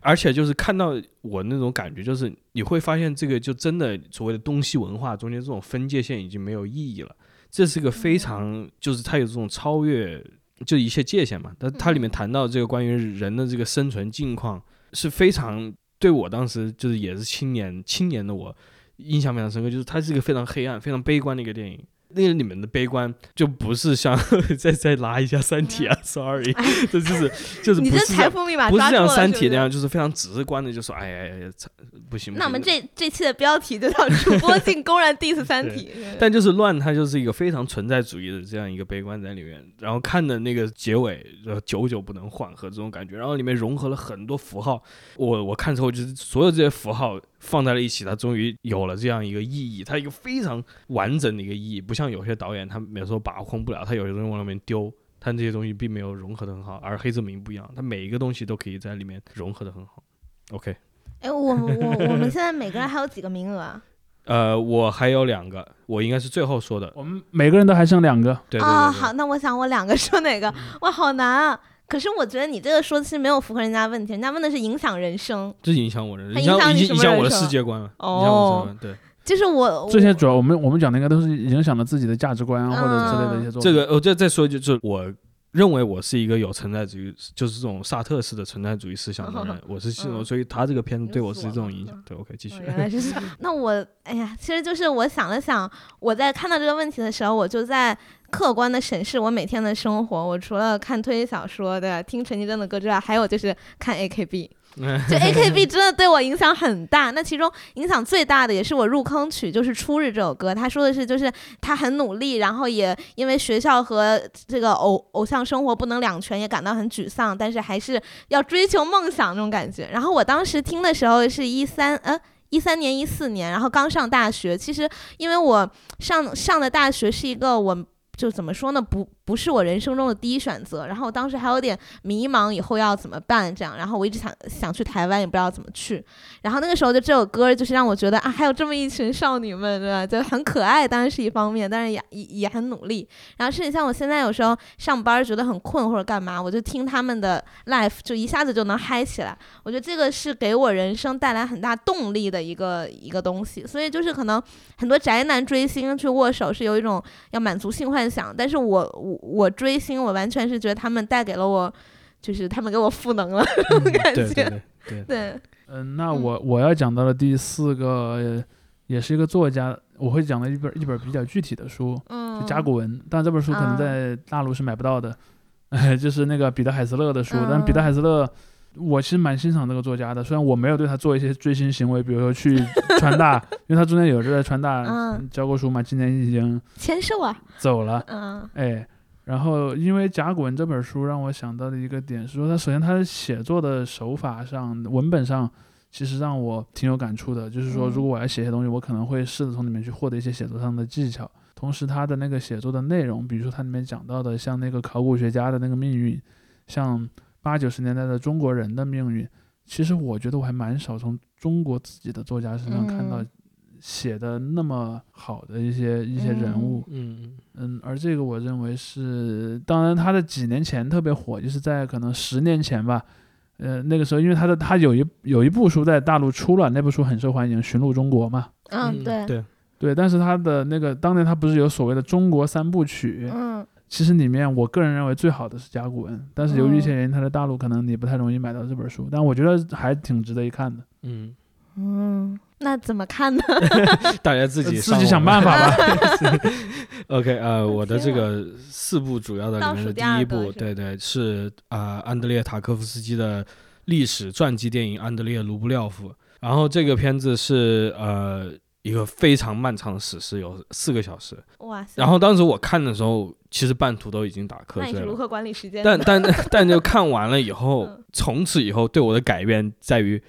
Speaker 1: 而且就是看到我那种感觉，就是你会发现这个就真的所谓的东西文化中间这种分界线已经没有意义了。这是个非常就是它有这种超越就一切界限嘛。
Speaker 2: 嗯
Speaker 1: 但它里面谈到这个关于人的这个生存境况是非常对我当时就是也是青年青年的我印象非常深刻，就是它是一个非常黑暗、非常悲观的一个电影。那个里面的悲观就不是像 再再拉一下《三体》啊，sorry，这就是就是
Speaker 2: 嗯你
Speaker 1: 不
Speaker 2: 这
Speaker 1: 是
Speaker 2: 财
Speaker 1: 像
Speaker 2: 富密码
Speaker 1: 不是
Speaker 2: 抓住
Speaker 1: 像《
Speaker 2: 了
Speaker 1: 三体》
Speaker 2: 不
Speaker 1: 那
Speaker 2: 是
Speaker 1: 样，就是非常直观的，就说哎呀哎呀，操不行。不
Speaker 2: 那我
Speaker 1: 行
Speaker 2: 们这这期的标题就叫“主播竟公然 diss 三体”，
Speaker 1: 但就是乱，它就是一个非常存在主义的这样一个悲观在里面。然后看的那个结尾，呃，久久不能缓和这种感觉。然后里面融合了很多符号，我我看之后就是所有这些符号放在了一起，它终于有了这样一个意义，它一个非常完整的一个意义。不像有些导演他有时候把控不了，他有些东西往里面丢。他这些东西并没有融合的很好，而黑泽明不一样，他每一个东西都可以在里面融合的很好。OK，
Speaker 2: 哎，我们我 我们现在每个人还有几个名额啊？
Speaker 1: 呃，我还有两个，我应该是最后说的。
Speaker 3: 我们每个人都还剩两个，
Speaker 1: 对对对对嗯
Speaker 2: 啊、好，那我想我两个说哪个？哇，好难啊！可是我觉得你这个说的是没有符合人家问题，人家问的是影响人生，
Speaker 1: 这影响我的，
Speaker 2: 它
Speaker 1: 影
Speaker 2: 影响
Speaker 1: 响已
Speaker 2: 你
Speaker 1: 经
Speaker 2: 什
Speaker 1: 影
Speaker 2: 么
Speaker 1: 响
Speaker 2: 人
Speaker 1: 我
Speaker 2: 哦
Speaker 1: 的
Speaker 2: 生
Speaker 1: 世界观了，影响我的世界观。对，
Speaker 2: 就是我
Speaker 3: 这
Speaker 2: 我
Speaker 3: 些主要我们我们讲的应该都是影响了自己的价值观啊或者之类的一些作品。
Speaker 1: 嗯这个我再再说一句，就是我认为我是一个有存在主义，就是这种萨特式的存在主义思想的 人，我是信
Speaker 2: 嗯
Speaker 1: 所以他这个片子
Speaker 2: 你
Speaker 1: 对
Speaker 2: 就
Speaker 1: 我
Speaker 2: 死
Speaker 1: 是这种
Speaker 2: 我了
Speaker 1: 影响
Speaker 2: 嗯。
Speaker 1: 对，OK，继续
Speaker 2: 哦。原来 是这样那我哎呀，其实就是我想了想，我在看到这个问题的时候，我就在客观的审视我每天的生活。我除了看推理小说的、听陈绮贞的歌之外，还有就是看 AKB。就 AKB 真的对我影响很大。那其中影响最大的也是我入坑曲，就是《初日》这首歌。他说的是，就是他很努力，然后也因为学校和这个偶偶像生活不能两全，也感到很沮丧，但是还是要追求梦想那种感觉。然后我当时听的时候是一三呃。一三年、一四年，然后刚上大学。其实，因为我上上的大学是一个我就怎么说呢，不不是我人生中的第一选择。然后我当时还有点迷茫，以后要怎么办？这样，然后我一直想想去台湾，也不知道怎么去。然后那个时候就这首歌，就是让我觉得啊，还有这么一群少女们，对吧？就很可爱，当然是一方面，但是也也也很努力。然后甚至像我现在有时候上班觉得很困或者干嘛，我就听他们的 life，就一下子就能嗨起来。我觉得这个是给我人生带来很大动力的一个一个东西。所以就是可能很多宅男追星去握手是有一种要满足性幻想，但是我我我追星，我完全是觉得他们带给了我，就是他们给我赋能了 感
Speaker 1: 嗯对
Speaker 2: 觉。
Speaker 1: 对对对，
Speaker 2: 对，
Speaker 3: 嗯，那
Speaker 2: 嗯
Speaker 3: 我我要讲到的第四个、呃也是一个作家，我会讲的一本一本比较具体的书，
Speaker 2: 嗯
Speaker 3: 就，甲骨文。但这本书可能
Speaker 2: 啊
Speaker 3: 在大陆是买不到的， 就是那个彼得海斯勒的书。但彼得
Speaker 2: 嗯
Speaker 3: 海斯勒，我其实蛮欣赏这个作家的，虽然我没有对他做一些追星行为，比如说去川大， 因为他中间有一阵在川大
Speaker 2: 嗯
Speaker 3: 教过书嘛，今年已经
Speaker 2: 签售啊，
Speaker 3: 走了。
Speaker 2: 嗯
Speaker 3: 哎，然后因为《甲骨文》这本书让我想到的一个点是说，它首先它的写作的手法上、文本上，其实让我挺有感触的。就是说，
Speaker 2: 嗯
Speaker 3: 如果我要写一些东西，我可能会试着从里面去获得一些写作上的技巧。同时，它的那个写作的内容，比如说它里面讲到的，像那个考古学家的那个命运，像八九十年代的中国人的命运，其实我觉得我还蛮少从中国自己的作家身上看到
Speaker 2: 嗯
Speaker 3: 写的那么好的一些一些人物。
Speaker 1: 嗯
Speaker 3: 嗯，而这个我认为是，当然他在几年前特别火，就是在可能十年前吧，呃，那个时候因为他的他有一有一部书在大陆出了，那部书很受欢迎，《寻路中国》嘛，
Speaker 2: 嗯，对，
Speaker 1: 对，
Speaker 3: 对，但是他的那个当年他不是有所谓的中国三部曲，
Speaker 2: 嗯
Speaker 3: 其实里面我个人认为最好的是甲骨文，但是由于一些
Speaker 2: 哦
Speaker 3: 原因，他在大陆可能你不太容易买到这本书，但我觉得还挺值得一看的，
Speaker 1: 嗯，
Speaker 2: 嗯，那怎么看呢？
Speaker 1: 大家自
Speaker 3: 呃
Speaker 1: 己
Speaker 3: 自己
Speaker 1: 上
Speaker 3: 想
Speaker 1: 网
Speaker 3: 办法吧。
Speaker 1: OK，呃，我的这
Speaker 2: 天啊
Speaker 1: 个四部主要的里
Speaker 2: 倒
Speaker 1: 面
Speaker 2: 数
Speaker 1: 的
Speaker 2: 第二
Speaker 1: 第一
Speaker 2: 个
Speaker 1: 部，
Speaker 2: 是
Speaker 1: 对对，是啊、呃安德烈塔科夫斯基的历史传记电影《安德烈·卢布廖夫》。然后这个片子是呃一个非常漫长的史诗，有四个小时。
Speaker 2: 哇塞，
Speaker 1: 然后当时我看的时候，其实半途都已经打
Speaker 2: 那
Speaker 1: 瞌
Speaker 2: 你
Speaker 1: 睡
Speaker 2: 是如
Speaker 1: 了。
Speaker 2: 何管理时间的？
Speaker 1: 但但但就看完了以后
Speaker 2: 嗯，
Speaker 1: 从此以后对我的改变在于，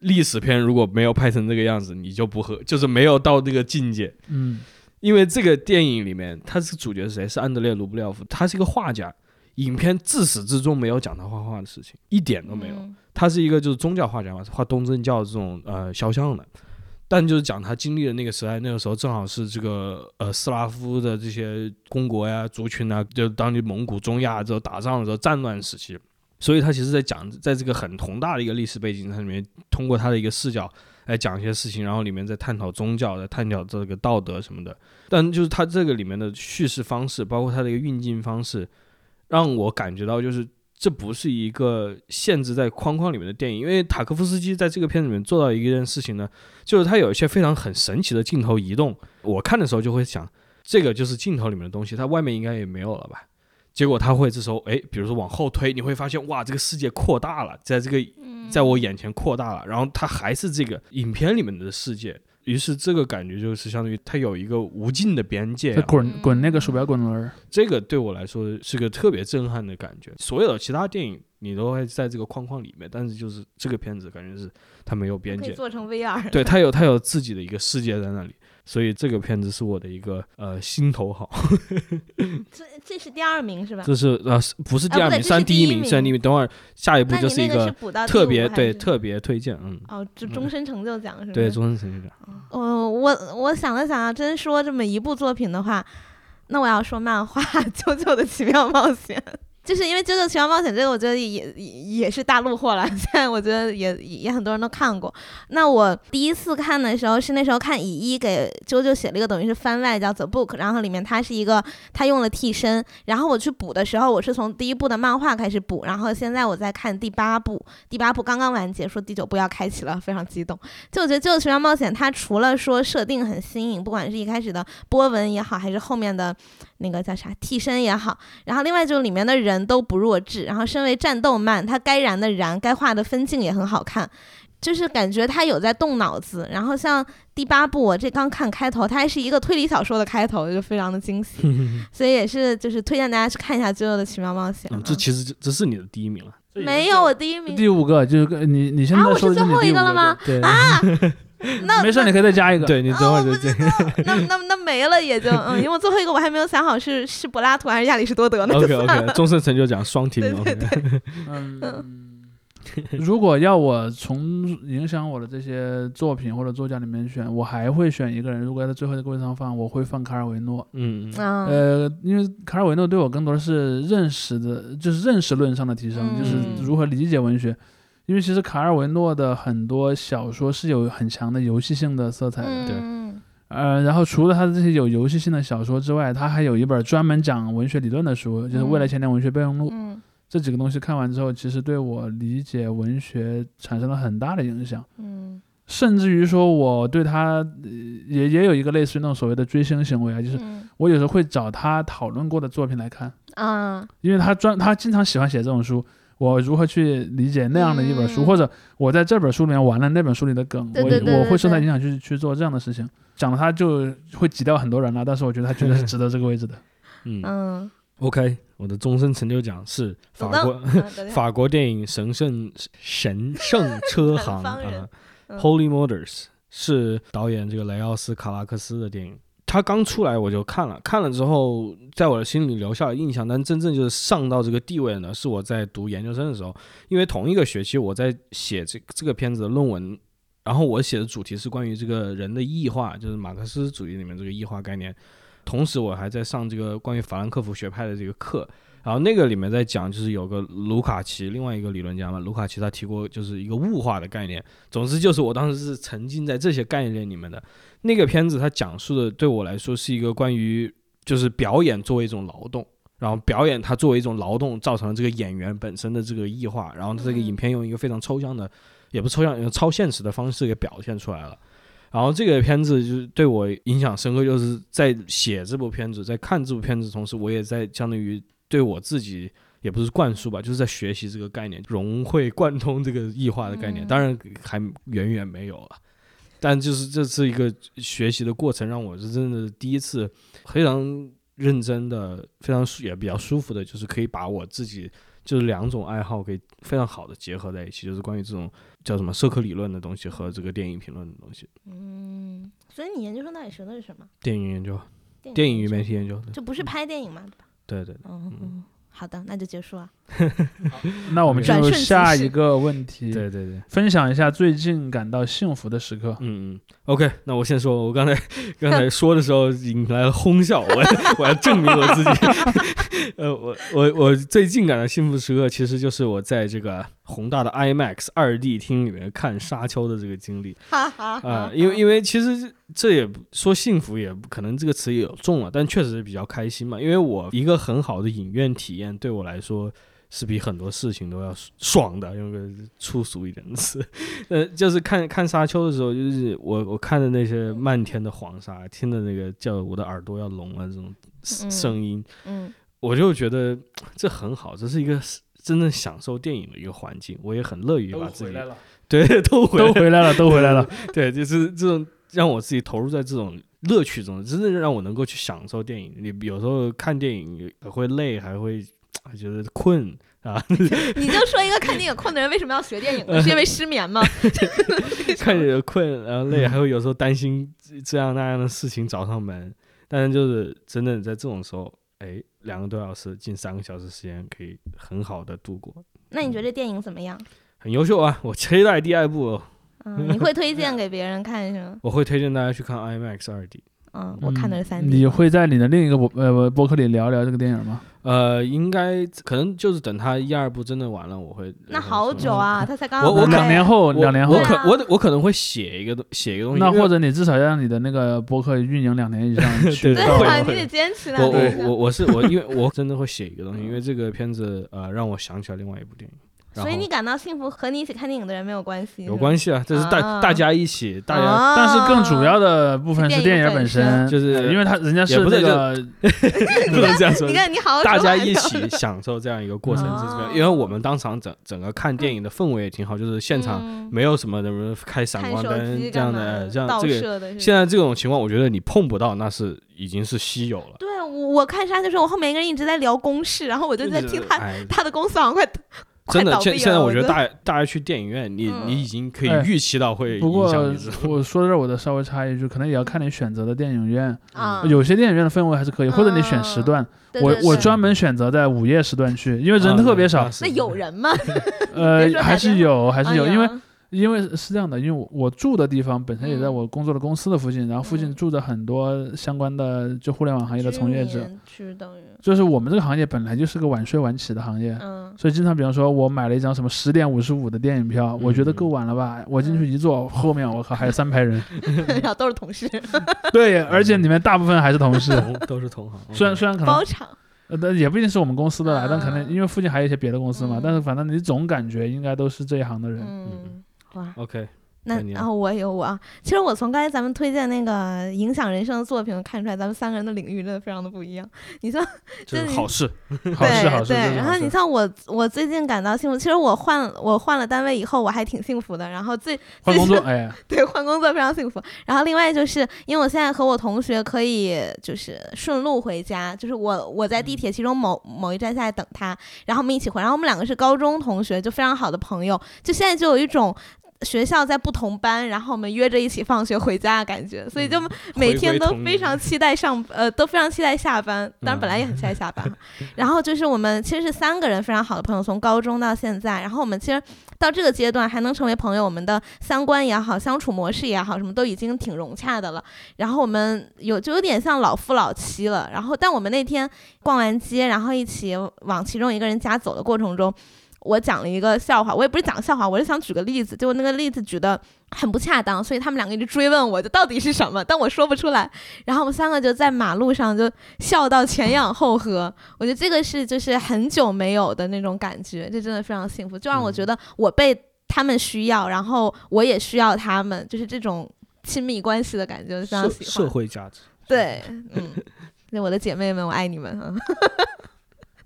Speaker 1: 历史片如果没有拍成这个样子，你就不合，就是没有到这个境界。
Speaker 3: 嗯
Speaker 1: 因为这个电影里面，他是主角是谁？是安德烈·卢布廖夫，他是一个画家。影片自始至终没有讲他画画的事情，一点都没有。
Speaker 2: 嗯
Speaker 1: 他是一个就是宗教画家嘛，画东正教这种呃肖像的，但就是讲他经历的那个时代，那个时候正好是这个呃斯拉夫的这些公国呀、族群啊，就当地蒙古、中亚之后打仗的时候战乱时期，所以他其实在讲，在这个很宏大的一个历史背景上面，通过他的一个视角来讲一些事情，然后里面在探讨宗教、在探讨这个道德什么的，但就是他这个里面的叙事方式，包括他的一个运镜方式，让我感觉到就是这不是一个限制在框框里面的电影，因为塔科夫斯基在这个片子里面做到一件事情呢，就是他有一些非常很神奇的镜头移动，我看的时候就会想，这个就是镜头里面的东西，它外面应该也没有了吧。结果他会这时候，哎，比如说往后推，你会发现，哇，这个世界扩大了，在这个在我眼前扩大了，然后它还是这个影片里面的世界，于是这个感觉就是相当于它有一个无尽的边界
Speaker 3: 他
Speaker 1: 啊、
Speaker 2: 嗯
Speaker 3: 滚滚那个鼠标滚轮儿，
Speaker 1: 这个对我来说是个特别震撼的感觉。所有的其他电影你都会在这个框框里面，但是就是这个片子感觉是它没有边
Speaker 2: 可以
Speaker 1: 界，
Speaker 2: 做成 VR，
Speaker 1: 对，它有它有自己的一个世界在那里。所以这个片子是我的一个呃心头好，
Speaker 2: 这这是第二名是吧？
Speaker 1: 这是呃是不是第二
Speaker 2: 啊不对
Speaker 1: 名，
Speaker 2: 这是
Speaker 1: 算
Speaker 2: 第
Speaker 1: 第
Speaker 2: 一
Speaker 1: 名，
Speaker 2: 名
Speaker 1: 算第一名。等会儿下一步
Speaker 2: 那
Speaker 1: 就
Speaker 2: 你那
Speaker 1: 一
Speaker 2: 个
Speaker 1: 个
Speaker 2: 补到第
Speaker 1: 特
Speaker 2: 五
Speaker 1: 别
Speaker 2: 还
Speaker 1: 对
Speaker 2: 是
Speaker 1: 特别推荐，嗯，
Speaker 2: 哦，就
Speaker 1: 嗯
Speaker 2: 终身成就奖是吧？
Speaker 1: 对，终身成就奖。
Speaker 2: 我嗯我我想了想啊，真说这么一部作品的话，那我要说漫画《啾啾的奇妙冒险》，就是因为《啾啾奇妙冒险》这个，我觉得也也也是大陆货了， 现在我觉得也也很多人都看过。那我第一次看的时候是那时候看乙一给啾啾写了一个等于是番外叫《The Book》，然后里面他是一个他用了替身，然后我去补的时候，我是从第一部的漫画开始补，然后现在我在看第八部，第八部刚刚完结，说第九部要开启了，非常激动。就我觉得《旧时光冒险》，它除了说设定很新颖，不管是一开始的波纹也好，还是后面的那个叫啥替身也好，然后另外就是里面的人都不弱智，然后身为战斗漫，它该燃的燃，该画的分镜也很好看。就是感觉它有在动脑子，然后像第八部，我这刚看开头，它还是一个推理小说的开头，就非常的惊喜，所以也是就是推荐大家去看一下《最后的奇妙冒险》
Speaker 1: 嗯
Speaker 2: 啊。，
Speaker 1: 这其实就这是你的第一名了。
Speaker 2: 没有我第一名
Speaker 3: 第五个就是跟你你现
Speaker 2: 啊
Speaker 3: 在
Speaker 2: 我是
Speaker 3: 说的
Speaker 2: 最
Speaker 3: 你
Speaker 2: 后
Speaker 3: 第
Speaker 2: 一
Speaker 3: 五
Speaker 2: 个了
Speaker 3: 个
Speaker 2: 吗
Speaker 3: 对对
Speaker 2: 啊，那
Speaker 3: 没事，你可以再加一 个。
Speaker 1: 对你等会儿
Speaker 2: 哦
Speaker 1: 就这样。
Speaker 2: 那那那没了也就嗯，因为最后一个我还没有想好是是柏拉图还是亚里士多德呢。
Speaker 1: OK OK，终身成就奖双题
Speaker 2: 对
Speaker 1: 目。
Speaker 2: 对
Speaker 1: OK
Speaker 3: 嗯，如果要我从影响我的这些作品或者作家里面选，我还会选一个人。如果在最后一个位置上放，我会放卡尔维诺。
Speaker 1: 嗯，嗯
Speaker 2: 嗯
Speaker 3: 呃，因为卡尔维诺对我更多的是认识的，就是认识论上的提升，就是
Speaker 1: 嗯
Speaker 3: 如何理解文学。因为其实卡尔维诺的很多小说是有很强的游戏性的色彩的，
Speaker 1: 哎对
Speaker 2: 嗯
Speaker 3: 呃，然后除了他的这些有游戏性的小说之外，他还有一本专门讲文学理论的书，就是《未来千年文学备忘录》。
Speaker 2: 嗯
Speaker 3: 这几个东西看完之后，其实对我理解文学产生了很大的影响，
Speaker 2: 嗯
Speaker 3: 甚至于说我对他呃也也有一个类似于那种所谓的追星行为啊，就是
Speaker 2: 嗯
Speaker 3: 我有时候会找他讨论过的作品来看，
Speaker 2: 啊
Speaker 3: 因为他专他经常喜欢写这种书。我如何去理解那样的一本书，
Speaker 2: 嗯
Speaker 3: 或者我在这本书里面玩了那本书里的梗，
Speaker 2: 对对对
Speaker 3: 我
Speaker 2: 对
Speaker 3: 我会受他
Speaker 2: 对
Speaker 3: 影响去去做这样的事情。讲了他就会挤掉很多人了，但是我觉得他绝 对是值得这个位置的。
Speaker 1: 嗯
Speaker 2: 嗯，
Speaker 1: OK，我的终身成就奖是
Speaker 2: 等
Speaker 1: 法
Speaker 2: 等
Speaker 1: 国
Speaker 2: 嗯等一 下
Speaker 1: 法国电影《神圣神圣车行
Speaker 2: 南》方人
Speaker 1: 啊，
Speaker 2: 嗯
Speaker 1: Holy Motors》是导演这个雷奥斯·卡拉克斯的电影。他刚出来我就看了，看了之后在我的心里留下了印象。但真正就是上到这个地位呢，是我在读研究生的时候，因为同一个学期我在写这这个片子的论文，然后我写的主题是关于这个人的异化，就是马克思主义里面这个异化概念。同时我还在上这个关于法兰克福学派的这个课，然后那个里面在讲就是有个卢卡奇，另外一个理论家嘛，卢卡奇他提过就是一个物化的概念。总之就是我当时是沉浸在这些概念里面的。那个片子它讲述的对我来说是一个关于就是表演作为一种劳动。然后表演它作为一种劳动，造成了这个演员本身的这个异化，然后它这个
Speaker 2: 嗯
Speaker 1: 影片用一个非常抽象的，也不抽象，用超现实的方式给表现出来了。然后这个片子就是对我影响深刻，就是在写这部片子，在看这部片子的同时，我也在相当于对我自己也不是灌输吧，就是在学习这个概念，融会贯通这个异化的概念。
Speaker 2: 嗯
Speaker 1: 当然还远远没有了，但就是这是一个学习的过程，让我是真的第一次非常认真的、非常舒也比较舒服的，就是可以把我自己就是两种爱好给非常好的结合在一起，就是关于这种叫什么社科理论的东西和这个电影评论的东西，
Speaker 2: 嗯，所以你研究生到底学的是什么？
Speaker 1: 电影研究、
Speaker 2: 电
Speaker 1: 电影与媒
Speaker 2: 没？
Speaker 1: 体研究，
Speaker 2: 就不是拍电影嘛？
Speaker 1: 对对对。
Speaker 2: 嗯嗯，好的，那就结束了。
Speaker 3: 那我们进
Speaker 2: 转
Speaker 3: 入
Speaker 2: 瞬即
Speaker 3: 下一
Speaker 2: 逝
Speaker 3: 个问题，
Speaker 1: 对对对，
Speaker 3: 分享一下最近感到幸福的时刻。
Speaker 1: 嗯嗯，OK，那我先说，我刚才刚才说的时候引来了哄笑，我要我要 证明我自己。呃，我我我最近感到幸福时刻，其实就是我在这个宏大的 IMAX 二 D 厅里面看《沙丘》的这个经历。
Speaker 2: 哈 哈
Speaker 1: 啊、
Speaker 2: 哈
Speaker 1: 因为因为其实这也不说幸福也不可能这个词也有重了，但确实比较开心嘛。因为我一个很好的影院体验对我来说是比很多事情都要爽的，用个粗俗一点的词，呃，就是看看沙丘的时候，就是我我看的那些漫天的黄沙，听的那个叫我的耳朵要聋了这种
Speaker 2: 嗯
Speaker 1: 声音，
Speaker 2: 嗯
Speaker 1: 我就觉得这很好，这是一个真正享受电影的一个环境，我也很乐于把自己
Speaker 3: 了，
Speaker 1: 对都回来
Speaker 3: 都回来了，都回 来了。
Speaker 1: 对，就是这种让我自己投入在这种乐趣中，真的让我能够去享受电影。你有时候看电影也会累，还会还觉得困啊，
Speaker 2: 你就说一个看电影困的人为什么要学电影呢？是因为失眠吗？
Speaker 1: 看着困，然后
Speaker 2: 嗯
Speaker 1: 累，还会有时候担心这样那样的事情找上门。但是就是真的在这种时候，哎，两个多小时，近三个小时时间可以很好的度过，
Speaker 2: 那你觉得这电影怎么样？
Speaker 1: 很优秀啊！我期待第二部，哦
Speaker 2: 嗯，你会推荐给别人看是吗？
Speaker 1: 我会推荐大家去看 IMAX 二 D。
Speaker 2: 嗯，我看的是
Speaker 3: 嗯
Speaker 2: 三 D。
Speaker 3: 你会在你的另一个博呃博客里聊聊这个电影吗？
Speaker 1: 呃，应该可能就是等它一二部真的完了，我会
Speaker 2: 那
Speaker 1: 我会
Speaker 2: 好
Speaker 1: 说
Speaker 2: 久啊，他才刚
Speaker 1: 我
Speaker 2: 刚
Speaker 1: 我
Speaker 2: 拍
Speaker 3: 两年后，
Speaker 1: 我
Speaker 3: 哦两年后
Speaker 1: 我，
Speaker 2: 对啊
Speaker 1: 可我得我可能会写一个东写一个东西，
Speaker 3: 那
Speaker 1: 因为
Speaker 3: 或者你至少要让你的那个博客运营两年 以上去
Speaker 1: 对
Speaker 2: 对
Speaker 3: 到。
Speaker 2: 啊，
Speaker 1: 会
Speaker 2: 你得坚持
Speaker 1: 我
Speaker 2: 两年
Speaker 1: 我我我是 我，因为我真的会写一个东西，因
Speaker 3: 嗯
Speaker 1: 为这个片子呃让我想起来另外一部电影，然
Speaker 2: 所以
Speaker 1: 后
Speaker 2: 你感到幸福和你一起看电影的人没有关系，
Speaker 1: 有关系啊，这是大、
Speaker 2: 啊
Speaker 1: 大家一起大家。
Speaker 2: 啊
Speaker 3: 但是更主要的部分是
Speaker 2: 是
Speaker 3: 电
Speaker 2: 电
Speaker 3: 影
Speaker 2: 影
Speaker 3: 本
Speaker 2: 本身
Speaker 3: 身，
Speaker 1: 就是
Speaker 3: 对因为他人家是
Speaker 1: 也不
Speaker 3: 那
Speaker 1: 是
Speaker 3: 个
Speaker 1: 不能这样说
Speaker 2: 你，看你好，
Speaker 1: 大家一起享受这样一个过程，就是这样
Speaker 2: 啊
Speaker 1: 因为我们当场整整个看电影的氛围也挺好，就是现场
Speaker 2: 嗯
Speaker 1: 没有什么什么开闪
Speaker 2: 看
Speaker 1: 光
Speaker 2: 手
Speaker 1: 灯
Speaker 2: 机
Speaker 1: 这样
Speaker 2: 干
Speaker 1: 的，
Speaker 2: 嘛
Speaker 1: 呃这样
Speaker 2: 倒
Speaker 1: 这个
Speaker 2: 射的是
Speaker 1: 现在这种情况，我觉得你碰不到，那是已经是稀有了。
Speaker 2: 对我我看沙丘的时候，我后面一个人一直在聊公式，然后我就在听他
Speaker 1: 哎
Speaker 2: 他的公式好像快
Speaker 1: 真的
Speaker 2: 快倒，
Speaker 1: 现
Speaker 2: 闭
Speaker 1: 现在
Speaker 2: 了
Speaker 1: 我觉得
Speaker 2: 都
Speaker 1: 大大家去电影院，你
Speaker 2: 嗯
Speaker 1: 你已经可以
Speaker 3: 哎
Speaker 1: 预期到会
Speaker 3: 不
Speaker 1: 影
Speaker 3: 过
Speaker 1: 响你这种。
Speaker 3: 我说到这儿我得稍微插一句，可能也要看你选择的电影院，
Speaker 2: 啊，
Speaker 3: 有些电影院的氛围还是可以，或者你选时段，
Speaker 2: 对
Speaker 3: 我
Speaker 2: 对
Speaker 3: 我
Speaker 2: 对
Speaker 3: 专门选择在午夜时段去，因为人
Speaker 1: 啊
Speaker 3: 特别
Speaker 1: 那
Speaker 3: 少
Speaker 1: 那，是
Speaker 2: 那有人吗？别
Speaker 3: 呃，
Speaker 2: 说
Speaker 3: 还
Speaker 2: 打
Speaker 3: 是
Speaker 2: 电话
Speaker 3: 有还是有，
Speaker 2: 哎呀
Speaker 3: 因为因为是这样的，因为我我住的地方本身也在我工作的公司的附近，然后附近
Speaker 2: 嗯
Speaker 3: 住着很多相关的就互联网行业的从业
Speaker 2: 居
Speaker 3: 者，
Speaker 2: 民区等于
Speaker 3: 就是我们这个行业本来就是个晚睡晚起的行业。
Speaker 2: 嗯
Speaker 3: 所以经常，比方说，我买了一张什么十点五十五的电影票，我觉得够晚了吧？我进去
Speaker 2: 嗯
Speaker 3: 一坐，后面我靠还有三排 人，
Speaker 2: 然后都是同事，
Speaker 3: 对，而且里面大部分还是同事，
Speaker 1: 同都是同行，
Speaker 3: 虽然虽
Speaker 1: 嗯
Speaker 3: 然可能
Speaker 2: 包场
Speaker 3: 呃，但也不一定是我们公司的啦，但可能
Speaker 2: 啊
Speaker 3: 因为附近还有一些别的公司嘛，
Speaker 2: 嗯
Speaker 3: 但是反正你总感觉应该都是这一行的人。
Speaker 2: 嗯哇。
Speaker 1: OK，
Speaker 2: 那
Speaker 1: 那你呢
Speaker 2: 然后我有我啊，其实我从刚才咱们推荐那个影响人生的作品看出来，咱们三个人的领域真的非常的不一样。你像
Speaker 1: 这
Speaker 2: 就是是
Speaker 1: 好事。
Speaker 3: 好事
Speaker 2: 嗯对
Speaker 3: 好事，
Speaker 2: 对
Speaker 3: 这是
Speaker 2: 然
Speaker 3: 好
Speaker 2: 后
Speaker 3: 事
Speaker 2: 你像我，我最近感到幸福，其实我换我换了单位以后，我还挺幸福的。然后最
Speaker 3: 换工作，哎呀，
Speaker 2: 对换工作非常幸福。然后另外就是因为我现在和我同学可以就是顺路回家，就是我我在
Speaker 1: 嗯
Speaker 2: 地铁其中某某一站下来等他，然后我们一起回。然后我们两个是高中同学，就非常好的朋友，就现在就有一种。学校在不同班，然后我们约着一起放学回家的感觉，所以就
Speaker 1: 嗯
Speaker 2: 每
Speaker 1: 回
Speaker 2: 天
Speaker 1: 归
Speaker 2: 都
Speaker 1: 童
Speaker 2: 非
Speaker 1: 年
Speaker 2: 常期待上，呃，都非常期待下班。当然，本来也很期待下班嘛。然后就是我们其实是三个人非常好的朋友，从高中到现在。然后我们其实到这个阶段还能成为朋友，我们的三观也好，相处模式也好，什么都已经挺融洽的了。然后我们有就有点像老夫老妻了。然后，但我们那天逛完街，然后一起往其中一个人家走的过程中，我讲了一个笑话，我也不是讲笑话，我是想举个例子，结果那个例子举的很不恰当，所以他们两个一直追问我，就到底是什么，但我说不出来。然后我们三个就在马路上就笑到前仰后合，我觉得这个是就是很久没有的那种感觉，这真的非常幸福，就让我觉得我被他们需要，然后我也需要他们，就是这种亲密关系的感觉，我非常
Speaker 1: 社
Speaker 2: 喜欢。
Speaker 1: 社会价值，
Speaker 2: 对，嗯，那我的姐妹们，我爱你们啊！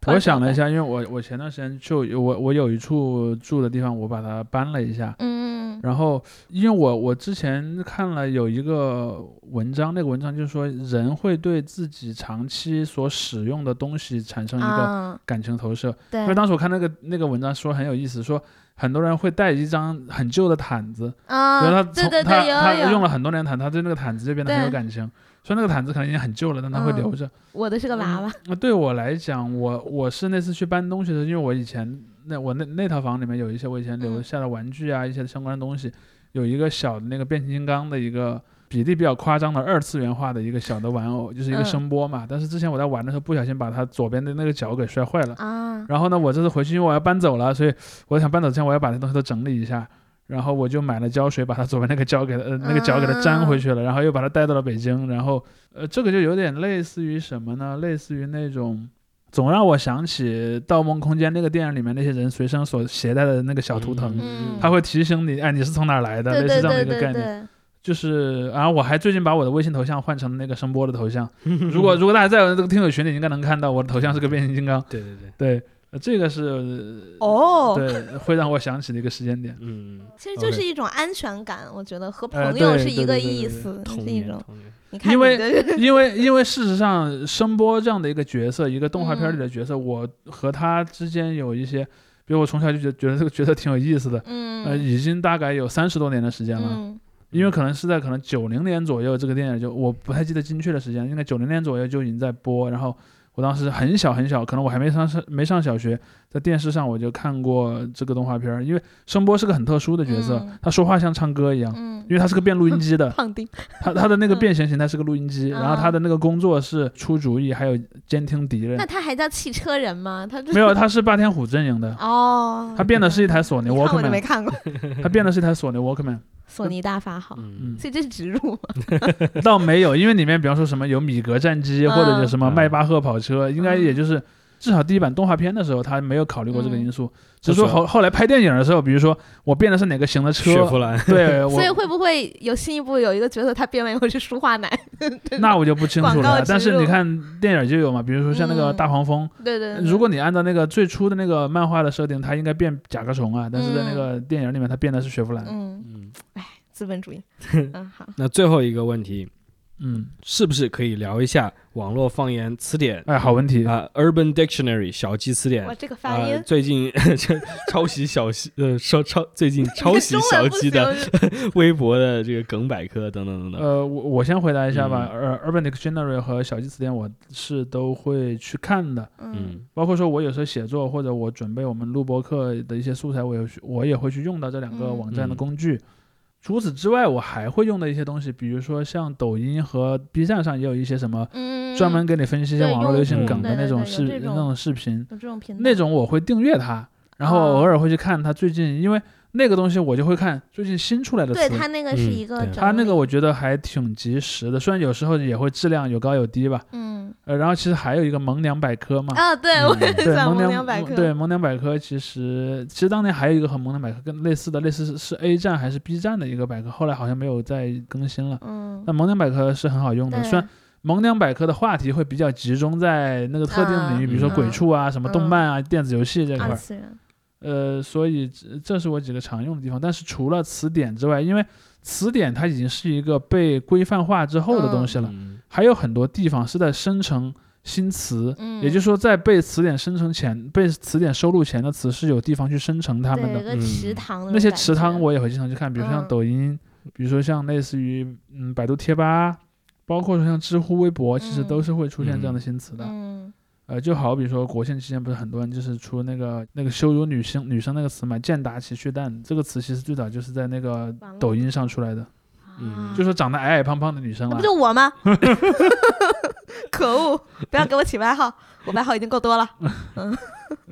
Speaker 3: 我想了一下，因为我我前段时间就有我我有一处住的地方，我把它搬了一下。
Speaker 2: 嗯，
Speaker 3: 然后，因为我我之前看了有一个文章，那个文章就是说，人会对自己长期所使用的东西产生一个
Speaker 2: 啊，
Speaker 3: 感情投射。
Speaker 2: 对
Speaker 3: 因为，当时我看那个那个文章说很有意思，说很多人会带一张很旧的毯子，然
Speaker 2: 啊，
Speaker 3: 后他
Speaker 2: 对
Speaker 3: 从
Speaker 2: 对
Speaker 3: 他
Speaker 2: 对，有
Speaker 3: 他
Speaker 2: 有
Speaker 3: 用了很多年毯，他对那个毯子就变得很有
Speaker 2: 对
Speaker 3: 感情。虽然那个毯子可能已经很旧了，但他会
Speaker 2: 嗯
Speaker 3: 留着。
Speaker 2: 我的是个娃娃，
Speaker 3: 那啊对我来讲，我我是那次去搬东西的时候，因为我以前那我那那套房里面有一些我以前留
Speaker 2: 嗯
Speaker 3: 下的玩具啊，一些相关的东西，有一个小的那个变形金刚的一个比例比较夸张的二次元化的一个小的玩偶，就是一个
Speaker 2: 嗯
Speaker 3: 声波嘛。但是之前我在玩的时候不小心把它左边的那个脚给摔坏了，
Speaker 2: 啊，
Speaker 3: 然后呢，我这次回去因为我要搬走了，所以我想搬走之前我要把这东西都整理一下。然后我就买了胶水，把它左边那个胶给它，呃，那个脚给它粘回去了，然后又把它带到了北京。然后，呃，这个就有点类似于什么呢？类似于那种，总让我想起《盗梦空间》那个电影里面那些人随身所携带的那个小图腾，
Speaker 2: 嗯
Speaker 3: 它会提醒你，哎，你是从哪儿来的，
Speaker 2: 对
Speaker 3: 类似
Speaker 2: 对
Speaker 3: 这样
Speaker 2: 对
Speaker 3: 的一个概
Speaker 2: 对
Speaker 3: 念。
Speaker 2: 对，
Speaker 3: 就是，然后我还最近把我的微信头像换成那个声波的头像。如果如果大家在我的这个听友群里，应该能看到我的头像是个变形金刚。
Speaker 1: 对对对，
Speaker 3: 对，呃这个是
Speaker 2: 哦，
Speaker 3: 呃对，会让我想起的一个时间点。
Speaker 1: 嗯，
Speaker 2: 其实就是一种安全感，我觉得和
Speaker 3: 呃
Speaker 2: 朋友
Speaker 3: 对
Speaker 2: 是
Speaker 3: 对
Speaker 2: 一
Speaker 3: 对
Speaker 2: 个
Speaker 3: 对
Speaker 2: 意
Speaker 3: 对对
Speaker 2: 思，
Speaker 1: 童
Speaker 2: 是一
Speaker 1: 年
Speaker 2: 种，
Speaker 1: 童年，
Speaker 2: 你看
Speaker 3: 因
Speaker 2: 你
Speaker 3: 为
Speaker 2: 的
Speaker 3: 因为因为事实上，声波这样的一个角色，一个动画片里的角色，我和他之间有一些，比如我从小就觉觉得这个角色挺有意思的，呃，
Speaker 2: 嗯
Speaker 3: 已经大概有三十多年的时间了。
Speaker 2: 嗯
Speaker 3: 因为可能是在可能九零年左右，这个电影就我不太记得精确的时间，应该九零年左右就已经在播。然后我当时很小很小，可能我还没上上没上小学，在电视上我就看过这个动画片儿。因为声波是个很特殊的角色，
Speaker 2: 嗯
Speaker 3: 他说话像唱歌一样，
Speaker 2: 嗯
Speaker 3: 因，为他是个变录音机的，
Speaker 2: 胖丁
Speaker 3: 他他的那个
Speaker 2: 嗯
Speaker 3: 变形形态是个录音机，然后他的那个工作是出主意，还有监听敌人
Speaker 2: 那。他还叫汽车人吗？他这
Speaker 3: 没有，他是霸天虎阵营的，
Speaker 2: 哦，
Speaker 3: 嗯他变的是一台索尼
Speaker 2: 你看我都没
Speaker 3: Walkman，
Speaker 2: 看过
Speaker 3: 他变的是一台索尼 Walkman。
Speaker 2: 索尼大法好，
Speaker 1: 嗯
Speaker 3: 嗯，
Speaker 2: 所以这是植入吗，
Speaker 3: 倒没有，因为里面比方说什么有米格战机，
Speaker 2: 嗯
Speaker 3: 或者有什么迈巴赫跑车，应该也就是至少第一版动画片的时候，他没有考虑过这个
Speaker 2: 嗯
Speaker 3: 因素。只是说
Speaker 1: 就是
Speaker 3: 后后来拍电影的时候，比如说我变的是哪个型的
Speaker 1: 雪佛
Speaker 3: 车，
Speaker 1: 兰，
Speaker 3: 对
Speaker 2: 所以
Speaker 3: 呃我
Speaker 2: 会不会有新一部有一个角色他变为又是舒化奶？
Speaker 3: 那我就不清楚
Speaker 2: 广告
Speaker 3: 了
Speaker 2: 植。入
Speaker 3: 但是你看电影就有嘛，比如说像那个
Speaker 2: 嗯
Speaker 3: 大黄蜂。
Speaker 2: 对对，对
Speaker 3: 如果你按照那个最初的那个漫画的设定，它应该变甲壳虫啊，但是在那个电影里面，它变的是雪佛兰。
Speaker 2: 嗯，
Speaker 1: 嗯，
Speaker 2: 资本主义，嗯好，
Speaker 1: 那最后一个问题，
Speaker 3: 嗯，
Speaker 1: 是不是可以聊一下网络方言词典
Speaker 3: 哎，好问题，
Speaker 1: 啊、u r b a n Dictionary 小鸡词典
Speaker 2: 哇，这个
Speaker 1: 啊、
Speaker 2: 发
Speaker 3: 呃
Speaker 2: 音，
Speaker 1: 最近 抄袭小鸡呃抄抄最 近抄 袭小鸡的 微博的这个梗百科等等等等。
Speaker 3: 呃，我我先回答一下吧。呃、u r b a n Dictionary 和小鸡词典我是都会去看的，
Speaker 2: 嗯
Speaker 1: 嗯
Speaker 3: 包括说我有时候写作或者我准备我们录播课的一些素材，我也去我也会去用到这两个
Speaker 2: 嗯
Speaker 3: 网站的
Speaker 1: 嗯
Speaker 3: 工具。除此之外，我还会用的一些东西，比如说像抖音和 B 站上也有一些什么
Speaker 2: 嗯，
Speaker 3: 专门给你分析一些
Speaker 2: 对
Speaker 3: 网络流行
Speaker 1: 用户
Speaker 3: 梗的那
Speaker 2: 对对
Speaker 3: 种
Speaker 2: 对有
Speaker 3: 视
Speaker 2: 这
Speaker 3: 那
Speaker 2: 种
Speaker 3: 种视频，
Speaker 2: 有这种频道
Speaker 3: 那种我会订阅它，然后
Speaker 2: 哦
Speaker 3: 偶尔会去看它最近，因为那个东西我就会看最近新出来的词。
Speaker 2: 对他那个是
Speaker 1: 嗯
Speaker 2: 一个
Speaker 1: 对
Speaker 2: 整理，
Speaker 3: 它那个我觉得还挺及时的，虽然有时候也会质量有高有低吧。
Speaker 2: 嗯
Speaker 3: 呃，然后其实还有一个萌娘百科嘛，
Speaker 2: 啊，对我
Speaker 1: 嗯
Speaker 2: 也
Speaker 3: 对
Speaker 2: 想萌
Speaker 3: 萌娘
Speaker 2: 娘百科，
Speaker 3: 对萌娘百科，其实其实当年还有一个和萌娘百科跟类似的，类似是是 A 站还是 B 站的一个百科，后来好像没有再更新了。
Speaker 2: 嗯，
Speaker 3: 但萌娘百科是很好用的，虽然
Speaker 2: 对，
Speaker 3: 萌娘百科的话题会比较集中在那个特定领域，
Speaker 2: 嗯
Speaker 3: 比如说
Speaker 1: 嗯
Speaker 3: 鬼畜啊、什么动
Speaker 2: 嗯
Speaker 3: 漫啊、电子游戏这块
Speaker 2: 二
Speaker 3: 儿。
Speaker 2: 次元，
Speaker 3: 呃，所以这这是我几个常用的地方。但是除了词典之外，因为词典它已经是一个被规范化之后的东西了，
Speaker 1: 嗯
Speaker 3: 还有很多地方是在生成新词，
Speaker 2: 嗯，
Speaker 3: 也就是说，在被词典生成前，被词典收录前的词是有地方去生成它们
Speaker 2: 对有
Speaker 3: 的。
Speaker 2: 个池
Speaker 1: 嗯
Speaker 2: 塘种
Speaker 3: 那些
Speaker 2: 感
Speaker 3: 池塘
Speaker 2: 觉
Speaker 3: 我也会经常去看，比如说像
Speaker 2: 嗯
Speaker 3: 抖音，比如说像类似于嗯百度贴吧，包括说像知乎、微博，其实
Speaker 2: 嗯
Speaker 3: 都是会出现这样的
Speaker 1: 嗯
Speaker 3: 新词的。
Speaker 2: 嗯
Speaker 3: 呃，就好比说国庆期间不是很多人就是出那个那个羞辱女性女生那个词嘛，“健达奇趣蛋”这个词其实最早就是在那个
Speaker 2: 网络
Speaker 3: 抖音上出来的，
Speaker 1: 嗯
Speaker 2: 啊
Speaker 3: 就说长得矮矮胖胖的女生
Speaker 2: 那
Speaker 3: 啊啦
Speaker 2: 不。就我 吗？可恶！不要给我起外号，我外号已经够多了。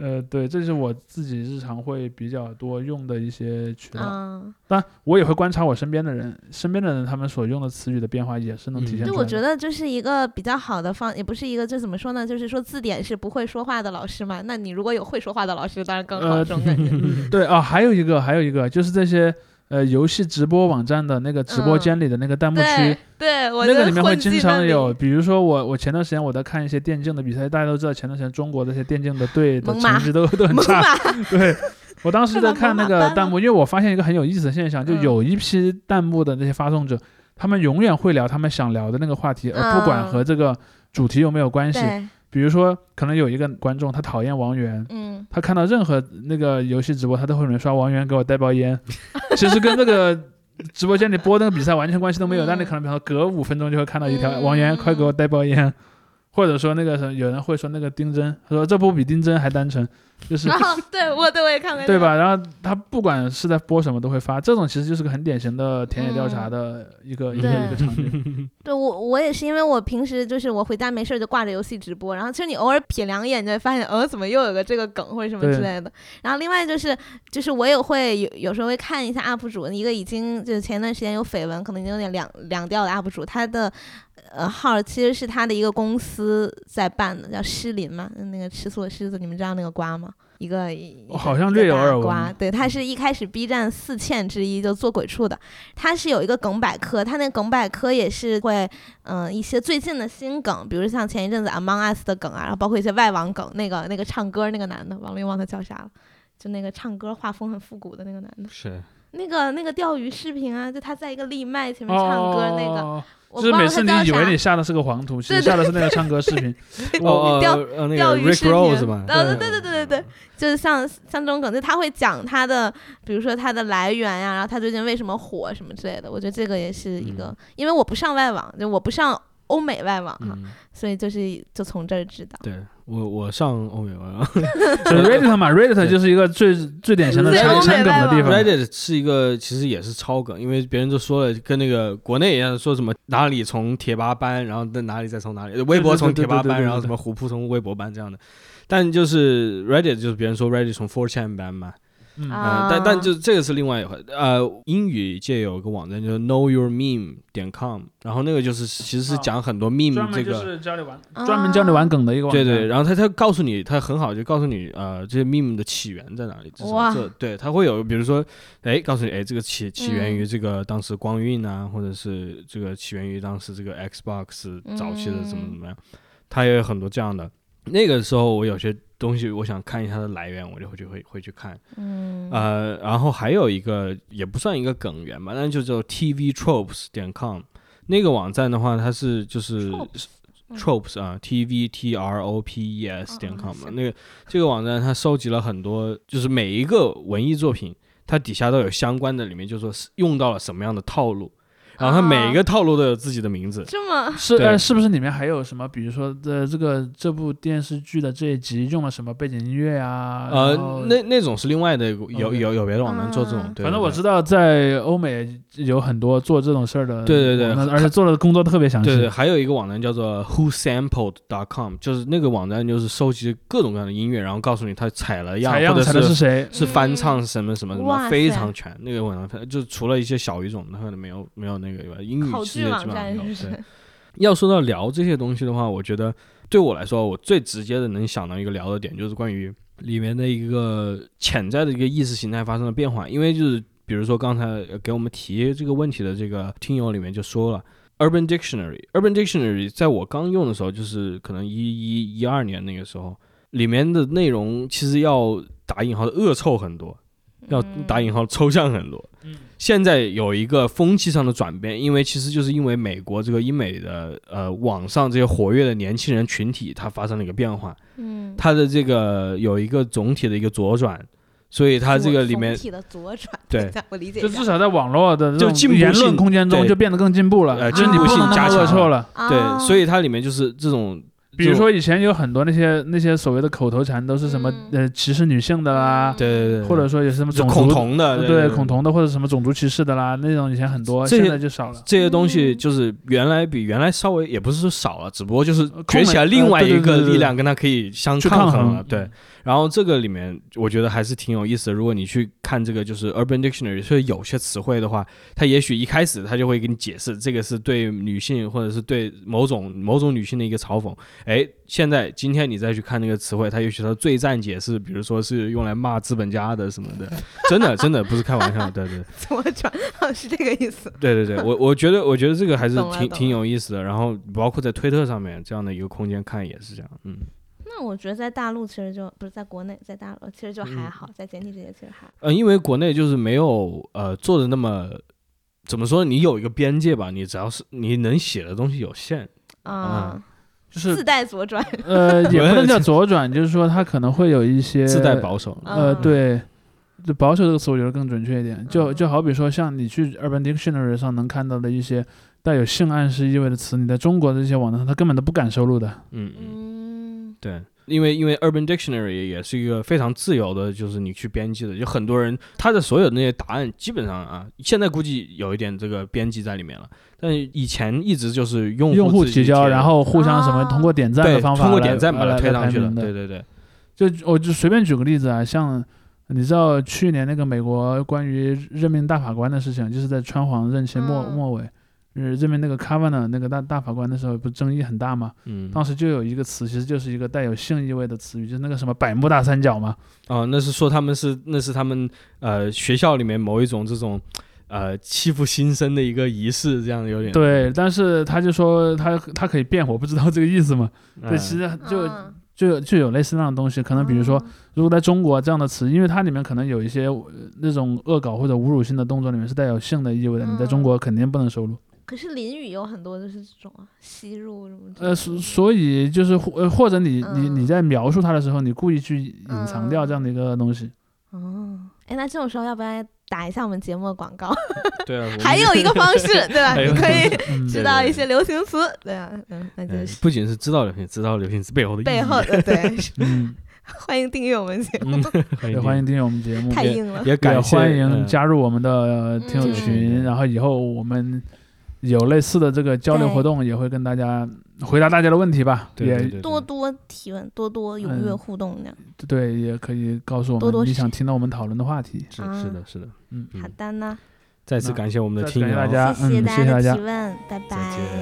Speaker 3: 呃，对，这是我自己日常会比较多用的一些渠道。
Speaker 2: 嗯，
Speaker 3: 当然，我也会观察我身边的人，身边的人他们所用的词语的变化也是能体
Speaker 1: 嗯
Speaker 3: 现
Speaker 2: 就
Speaker 3: 出
Speaker 2: 我
Speaker 3: 来
Speaker 2: 觉
Speaker 3: 的。
Speaker 2: 得就是一个比较好的方，也不是一个就怎么说呢？就是说字典是不会说话的老师嘛。那你如果有会说话的老师，当然更好。
Speaker 3: 呃
Speaker 2: 这种感 觉，
Speaker 3: 对啊，还有一个，还有一个就是这些呃游戏直播网站的那个直播
Speaker 2: 嗯
Speaker 3: 间里的那个弹幕区，
Speaker 2: 对对，我
Speaker 3: 那个
Speaker 2: 就
Speaker 3: 里面会
Speaker 2: 混迹
Speaker 3: 经
Speaker 2: 那
Speaker 3: 常
Speaker 2: 里
Speaker 3: 有，比如说我我前段时间我在看一些电竞的比赛，大家都知道前段时间中国这些电竞的队的
Speaker 2: 猛
Speaker 3: 成
Speaker 2: 犸
Speaker 3: 绩都都很
Speaker 2: 猛
Speaker 3: 差。
Speaker 2: 犸，
Speaker 3: 对，我当时
Speaker 2: 是
Speaker 3: 在
Speaker 2: 吧
Speaker 3: 看那
Speaker 2: 猛犸班
Speaker 3: 个
Speaker 2: 吗
Speaker 3: 弹幕，因为我发现一个很有意思的现象，就
Speaker 2: 嗯
Speaker 3: 有一批弹幕的那些发送者，他们永远会聊他们想聊的那个话题，而不管
Speaker 2: 嗯
Speaker 3: 和这个主题有没有关系。
Speaker 2: 对，
Speaker 3: 比如说，可能有一个观众他讨厌王源，
Speaker 2: 嗯，
Speaker 3: 他看到任何那个游戏直播，他都会有人刷王源给我带 包烟，其实跟那个直播间里播那个比赛完全关系都没有。
Speaker 2: 嗯
Speaker 3: 但你可能比方说隔五分钟就会看到一条
Speaker 2: 嗯
Speaker 3: 王源快给我带包烟，或者说那个什么有人会说那个丁真，他说这不比丁真还单纯， 就是
Speaker 2: 然后对我啊对我也看过，
Speaker 3: 对？吧？然后他不管是在播什么都会发，这种其实就是个很典型的田野调查的一个一个
Speaker 2: 嗯对
Speaker 3: 一个场景。
Speaker 2: 对我我也是，因为我平时就是我回家没事儿就挂着游戏直播，然后其实你偶尔瞥两眼，你就会发现，呃，怎么又有个这个梗或者什么之
Speaker 3: 对
Speaker 2: 类的。然后另外就是就是我也会有有时候会看一下 UP 主，一个已经就是前段时间有绯闻，可能已经有点凉凉掉的 UP 主，他的呃号其实是他的一个公司在办的，叫狮林嘛，那个吃素的狮子，你们知道那个瓜吗？一个一
Speaker 3: 我好像略有耳闻嗯
Speaker 2: 瓜，对，他是一开始 B 站四欠之一，就做鬼畜的。他是有一个梗百科，他那梗百科也是会，嗯、一些最近的新梗，比如像前一阵子 Among Us 的梗啊，然后包括一些外网梗，那个那个唱歌那个男的，王力忘他叫啥了，就那个唱歌画风很复古的那个男的，
Speaker 1: 是
Speaker 2: 那个那个钓鱼视频啊，就他在一个立麦前面唱歌那个，
Speaker 3: 哦，
Speaker 2: 我
Speaker 3: 就是
Speaker 2: 忘
Speaker 3: 每
Speaker 2: 了他
Speaker 3: 次你
Speaker 2: 叫
Speaker 3: 以为
Speaker 2: 啥
Speaker 3: 你下的是个黄图，其实
Speaker 2: 对对
Speaker 3: 下的是那个唱歌视 频。
Speaker 1: 哦
Speaker 2: 钓
Speaker 1: 哦呃那
Speaker 2: 钓
Speaker 1: 个
Speaker 2: 鱼视
Speaker 1: Rick
Speaker 2: 频，
Speaker 1: Rose 嘛，
Speaker 2: 啊对对对对对对，就是像像这种梗，就他会讲他的，比如说他的来源呀、然后他最近为什么火什么之类的。我觉得这个也是一个，
Speaker 1: 嗯
Speaker 2: 因为我不上外网，就我不上欧美外网哈、
Speaker 1: 嗯，
Speaker 2: 所以就是就从这儿知道。
Speaker 1: 对我我上欧美文啊
Speaker 3: 就是 Reddit 嘛，Reddit 就是一个最最典型的
Speaker 1: 最
Speaker 3: 产
Speaker 1: 欧
Speaker 3: 生
Speaker 2: 美
Speaker 3: 梗的
Speaker 2: 外
Speaker 3: 地
Speaker 2: 网
Speaker 3: 方。
Speaker 1: ，Reddit 是一个其实也是超梗，因为别人就说了跟那个国内一样，说什么哪里从贴吧搬，然后在哪里再从哪里，微博从贴吧
Speaker 3: 对对对对对对
Speaker 1: 搬，
Speaker 3: 对
Speaker 1: 然后什么虎扑从微博搬这样的。但就是 Reddit 就是别人说 Reddit 从 4chan 搬嘛，
Speaker 3: 嗯
Speaker 1: 嗯，
Speaker 2: 啊
Speaker 1: 但但就这个是另外一回。呃，英语界有个网站叫 Know Your Meme 点 com，然后那个就是其实是讲很多 meme
Speaker 3: 哦专
Speaker 1: 这
Speaker 3: 门就
Speaker 1: 个。
Speaker 3: 是教你玩，
Speaker 2: 啊
Speaker 3: 专门教你玩梗的一个网
Speaker 1: 对
Speaker 3: 站。
Speaker 1: 对，，然后他他告诉你，他很好，就告诉你，呃，这些 meme 的起源在哪里？这
Speaker 2: 哇
Speaker 1: 这对，他会有，比如说，哎，告诉你，哎，这个起起源于
Speaker 2: 嗯
Speaker 1: 这个当时光晕啊，或者是这个起源于当时这个 Xbox 早期的怎么
Speaker 2: 嗯
Speaker 1: 怎么样，他也有很多这样的。那个时候我有些东西，我想看一下它的来源，我就会去会会去看。
Speaker 2: 嗯
Speaker 1: 呃，然后还有一个也不算一个梗源吧，但就叫 TV tropes 点 com。那个网站的话，它是就是
Speaker 2: Tropes，嗯
Speaker 1: tropes 啊，t v t r o p e
Speaker 2: 嗯
Speaker 1: s 点
Speaker 2: 嗯
Speaker 1: com
Speaker 2: 是
Speaker 1: 那个这个网站它收集了很多，就是每一个文艺作品，它底下都有相关的，里面就说是用到了什么样的套路，
Speaker 2: 啊
Speaker 1: 然后它每一个套路都有自己的名字。
Speaker 2: 这么
Speaker 3: 是
Speaker 1: 对
Speaker 3: 呃，是不是里面还有什么？比如说，呃，这个这部电视剧的这一集用了什么背景音乐啊？然
Speaker 1: 呃
Speaker 3: 后，
Speaker 1: 那那种是另外的，有
Speaker 3: OK
Speaker 1: 有有别的网站做这种
Speaker 2: 嗯，
Speaker 1: 对
Speaker 3: 反正
Speaker 1: 对
Speaker 3: 我知道，在欧美有很多做这种事儿的网站，
Speaker 1: 对对对
Speaker 3: 而且做的工作特别详细。
Speaker 1: 对对，还有一个网站叫做 whosampled.com，就是那个网站就是收集各种各样的音乐，然后告诉你它采了样
Speaker 3: 采样
Speaker 1: 或
Speaker 3: 采的
Speaker 1: 者
Speaker 3: 是
Speaker 1: 是
Speaker 3: 谁？
Speaker 1: 是翻唱什么什么什
Speaker 2: 哇
Speaker 1: 么，
Speaker 2: 塞
Speaker 1: 非常全。那个网站就除了一些小语种，它可能没有没有那个以外，英
Speaker 2: 考
Speaker 1: 语世
Speaker 2: 据
Speaker 1: 界基
Speaker 2: 网
Speaker 1: 本上
Speaker 2: 站
Speaker 1: 没有
Speaker 2: 是不。
Speaker 1: 对
Speaker 2: 是？
Speaker 1: 要说到聊这些东西的话，我觉得对我来说，我最直接的能想到一个聊的点，就是关于里面的一个潜在的一个意识形态发生了变化。因为就是比如说刚才呃给我们提这个问题的这个听友里面就说了。Urban Dictionary，Urban Dictionary 在我刚用的时候，就是可能一一一二年那个时候，里面的内容其实要打引号的恶臭很多，要
Speaker 2: 嗯
Speaker 3: 嗯
Speaker 1: 打引号抽象很多。现在有一个风气上的转变，因为其实就是因为美国这个英美的呃网上这些活跃的年轻人群体，它发生了一个变化，
Speaker 2: 嗯，
Speaker 1: 它的这个有一个总体的一个左转，所以它这个里
Speaker 2: 总
Speaker 1: 面
Speaker 2: 体的左转，
Speaker 1: 对
Speaker 2: 等一下，我理解
Speaker 3: 就
Speaker 2: 一
Speaker 3: 至
Speaker 2: 下
Speaker 3: 少在网络的这
Speaker 1: 就
Speaker 3: 种
Speaker 1: 进步
Speaker 3: 言
Speaker 1: 性
Speaker 3: 论空间中
Speaker 1: 对
Speaker 3: 就变得更进步
Speaker 1: 呃
Speaker 3: 了，
Speaker 1: 进
Speaker 3: 你
Speaker 2: 步
Speaker 3: 不
Speaker 2: 性
Speaker 3: 能
Speaker 2: 加
Speaker 3: 那么恶
Speaker 1: 强
Speaker 3: 臭
Speaker 1: 了
Speaker 3: 了。
Speaker 1: 对，所
Speaker 2: 以
Speaker 1: 以它里面就是这种，
Speaker 3: 比如
Speaker 1: 就
Speaker 3: 说以前有很多那些那些所谓的口头禅都是什么
Speaker 2: 嗯
Speaker 3: 呃歧视女性的啦，
Speaker 1: 对对对，对
Speaker 3: 或者说有什么
Speaker 1: 就
Speaker 3: 种
Speaker 1: 恐
Speaker 3: 族呃
Speaker 1: 同的，
Speaker 3: 对恐同的或者什么种族歧视的啦，那种以前很多，
Speaker 1: 这
Speaker 3: 现
Speaker 1: 些
Speaker 3: 在就少了。
Speaker 1: 这些东西
Speaker 2: 嗯
Speaker 1: 就是原来比原来稍微也不是说少啊了，只不过就是
Speaker 3: 呃
Speaker 1: 崛起来
Speaker 3: 空了
Speaker 1: 另外
Speaker 3: 呃对
Speaker 1: 一
Speaker 3: 对对
Speaker 1: 个
Speaker 3: 对对
Speaker 1: 力量跟它可以相
Speaker 3: 去
Speaker 1: 衡
Speaker 3: 抗衡嗯
Speaker 1: 了，对。然后这个里面我觉得还是挺有意思的。如果你去看这个就是 Urban Dictionary，所以有些词汇的话，它也许一开始它就会给你解释这个是对女性或者是对某种某种女性的一个嘲讽。哎，现在今天你再去看那个词汇，它也许它的最赞解释，比如说是用来骂资本家的什么的，真的真的不是开玩笑的，对对。
Speaker 2: 左转哦是这个意思。
Speaker 1: 对对对，我我觉得我觉得这个还是
Speaker 2: 懂了
Speaker 1: 挺
Speaker 2: 懂
Speaker 1: 挺
Speaker 2: 了
Speaker 1: 有意思的。然后包括在推特上面这样的一个空间看也是这样，嗯，
Speaker 2: 那我觉得在大陆其实就不是在国内，在大陆其实就
Speaker 3: 嗯
Speaker 2: 还好，在简体这些其实还好。
Speaker 1: 呃，因为国内就是没有呃做的那么怎么说，你有一个边界吧，你只要是你能写的东西有限，
Speaker 2: 啊，
Speaker 3: 就是
Speaker 2: 自带左转，
Speaker 3: 呃，也不能叫左转，就是说它可能会有一些
Speaker 1: 自带保守。
Speaker 3: 呃，
Speaker 2: 嗯
Speaker 3: 对，就保守这个词，我觉得更准确一点。就
Speaker 2: 嗯
Speaker 3: 就好比说，像你去 Urban Dictionary 上能看到的一些带有性暗示意味的词，你在中国的这些网站上，它根本都不敢收录的。
Speaker 1: 嗯嗯，
Speaker 2: 嗯，
Speaker 1: 对。因为因为 Urban Dictionary 也是一个非常自由的，就是你去编辑的，就很多人他的所有的那些答案基本上啊，现在估计有一点这个编辑在里面了，但以前一直就是用
Speaker 3: 用户
Speaker 1: 自己
Speaker 3: 提交，
Speaker 1: 贴
Speaker 3: 然后互相什么
Speaker 2: 啊
Speaker 3: 通过点赞
Speaker 1: 对
Speaker 3: 的方法
Speaker 1: 通过
Speaker 3: 来
Speaker 1: 点赞把
Speaker 3: 来
Speaker 1: 它推上
Speaker 3: 来
Speaker 1: 去
Speaker 3: 排
Speaker 1: 了，
Speaker 3: 名的
Speaker 1: 对。对对。
Speaker 3: 就我就随便举个例子啊，像你知道去年那个美国关于任命大法官的事情，就是在川皇任期末、
Speaker 2: 嗯
Speaker 3: 末尾，呃，任命那个 Kavanaugh 那个大大法官的时候，不是争议很大吗？
Speaker 1: 嗯，
Speaker 3: 当时就有一个词，其实就是一个带有性意味的词语，就是那个什么百慕大三角嘛。
Speaker 1: 哦，那是说他们是那是他们呃学校里面某一种这种呃欺负新生的一个仪式，这样有点
Speaker 3: 对，但是他就说他他可以辩，我不知道这个意思嘛。
Speaker 1: 嗯
Speaker 3: 对，其实就
Speaker 2: 嗯
Speaker 3: 就就有类似那样的东西，可能比如说，如果在中国这样的词，因为它里面可能有一些呃那种恶搞或者侮辱性的动作，里面是带有性的意味的，你在
Speaker 2: 嗯
Speaker 3: 中国肯定不能收录。
Speaker 2: 可是淋雨有很多就是这种啊，吸入什么之类的。
Speaker 3: 呃，所所以就是或呃或者你你
Speaker 2: 嗯
Speaker 3: 你在描述它的时候，你故意去隐藏掉
Speaker 2: 嗯
Speaker 3: 这样的一个东西。
Speaker 2: 哦，哎，那这种时候要不要打一下我们节目的广告？
Speaker 1: 对啊，我们
Speaker 2: 还有一个方式，对吧？
Speaker 1: 还有
Speaker 2: 你可以
Speaker 3: 嗯，
Speaker 2: 知道一些流行词，对啊，嗯，那
Speaker 3: 哎
Speaker 2: 就
Speaker 1: 嗯
Speaker 2: 是
Speaker 1: 不仅是知道流行，知道流行是背后的意义
Speaker 2: 背后的对，是
Speaker 3: 嗯，
Speaker 2: 欢迎订阅我们节目，
Speaker 1: 嗯，
Speaker 3: 也欢迎订阅我们节目，
Speaker 2: 太
Speaker 1: 也
Speaker 2: 硬了。
Speaker 1: 也
Speaker 3: 也
Speaker 1: 感谢
Speaker 3: 欢迎
Speaker 1: 嗯
Speaker 3: 加入我们的呃听友
Speaker 1: 嗯
Speaker 3: 群，然后以后我们有类似的这个交流活动，也会跟大家回答大家的问题吧，
Speaker 1: 对对对
Speaker 3: 也
Speaker 1: 对
Speaker 2: 多多提问，多多踊跃
Speaker 3: 嗯
Speaker 2: 互动的。
Speaker 3: 对，也可以告诉
Speaker 2: 多
Speaker 3: 我
Speaker 2: 多
Speaker 3: 们
Speaker 2: 指
Speaker 3: 你
Speaker 2: 教
Speaker 3: 想听到我们讨论的话题。
Speaker 1: 是
Speaker 2: 啊
Speaker 1: 是的是的，
Speaker 3: 嗯
Speaker 1: 嗯
Speaker 2: 好的呢，
Speaker 1: 再次
Speaker 3: 那
Speaker 1: 感谢我们的
Speaker 3: 再次
Speaker 1: 听友，啊
Speaker 3: 感谢大家
Speaker 2: 谢
Speaker 3: 嗯
Speaker 2: 大
Speaker 3: 谢谢
Speaker 2: 家
Speaker 3: 大
Speaker 2: 的
Speaker 3: 家
Speaker 2: 提问，
Speaker 1: 再
Speaker 2: 拜拜
Speaker 1: 见。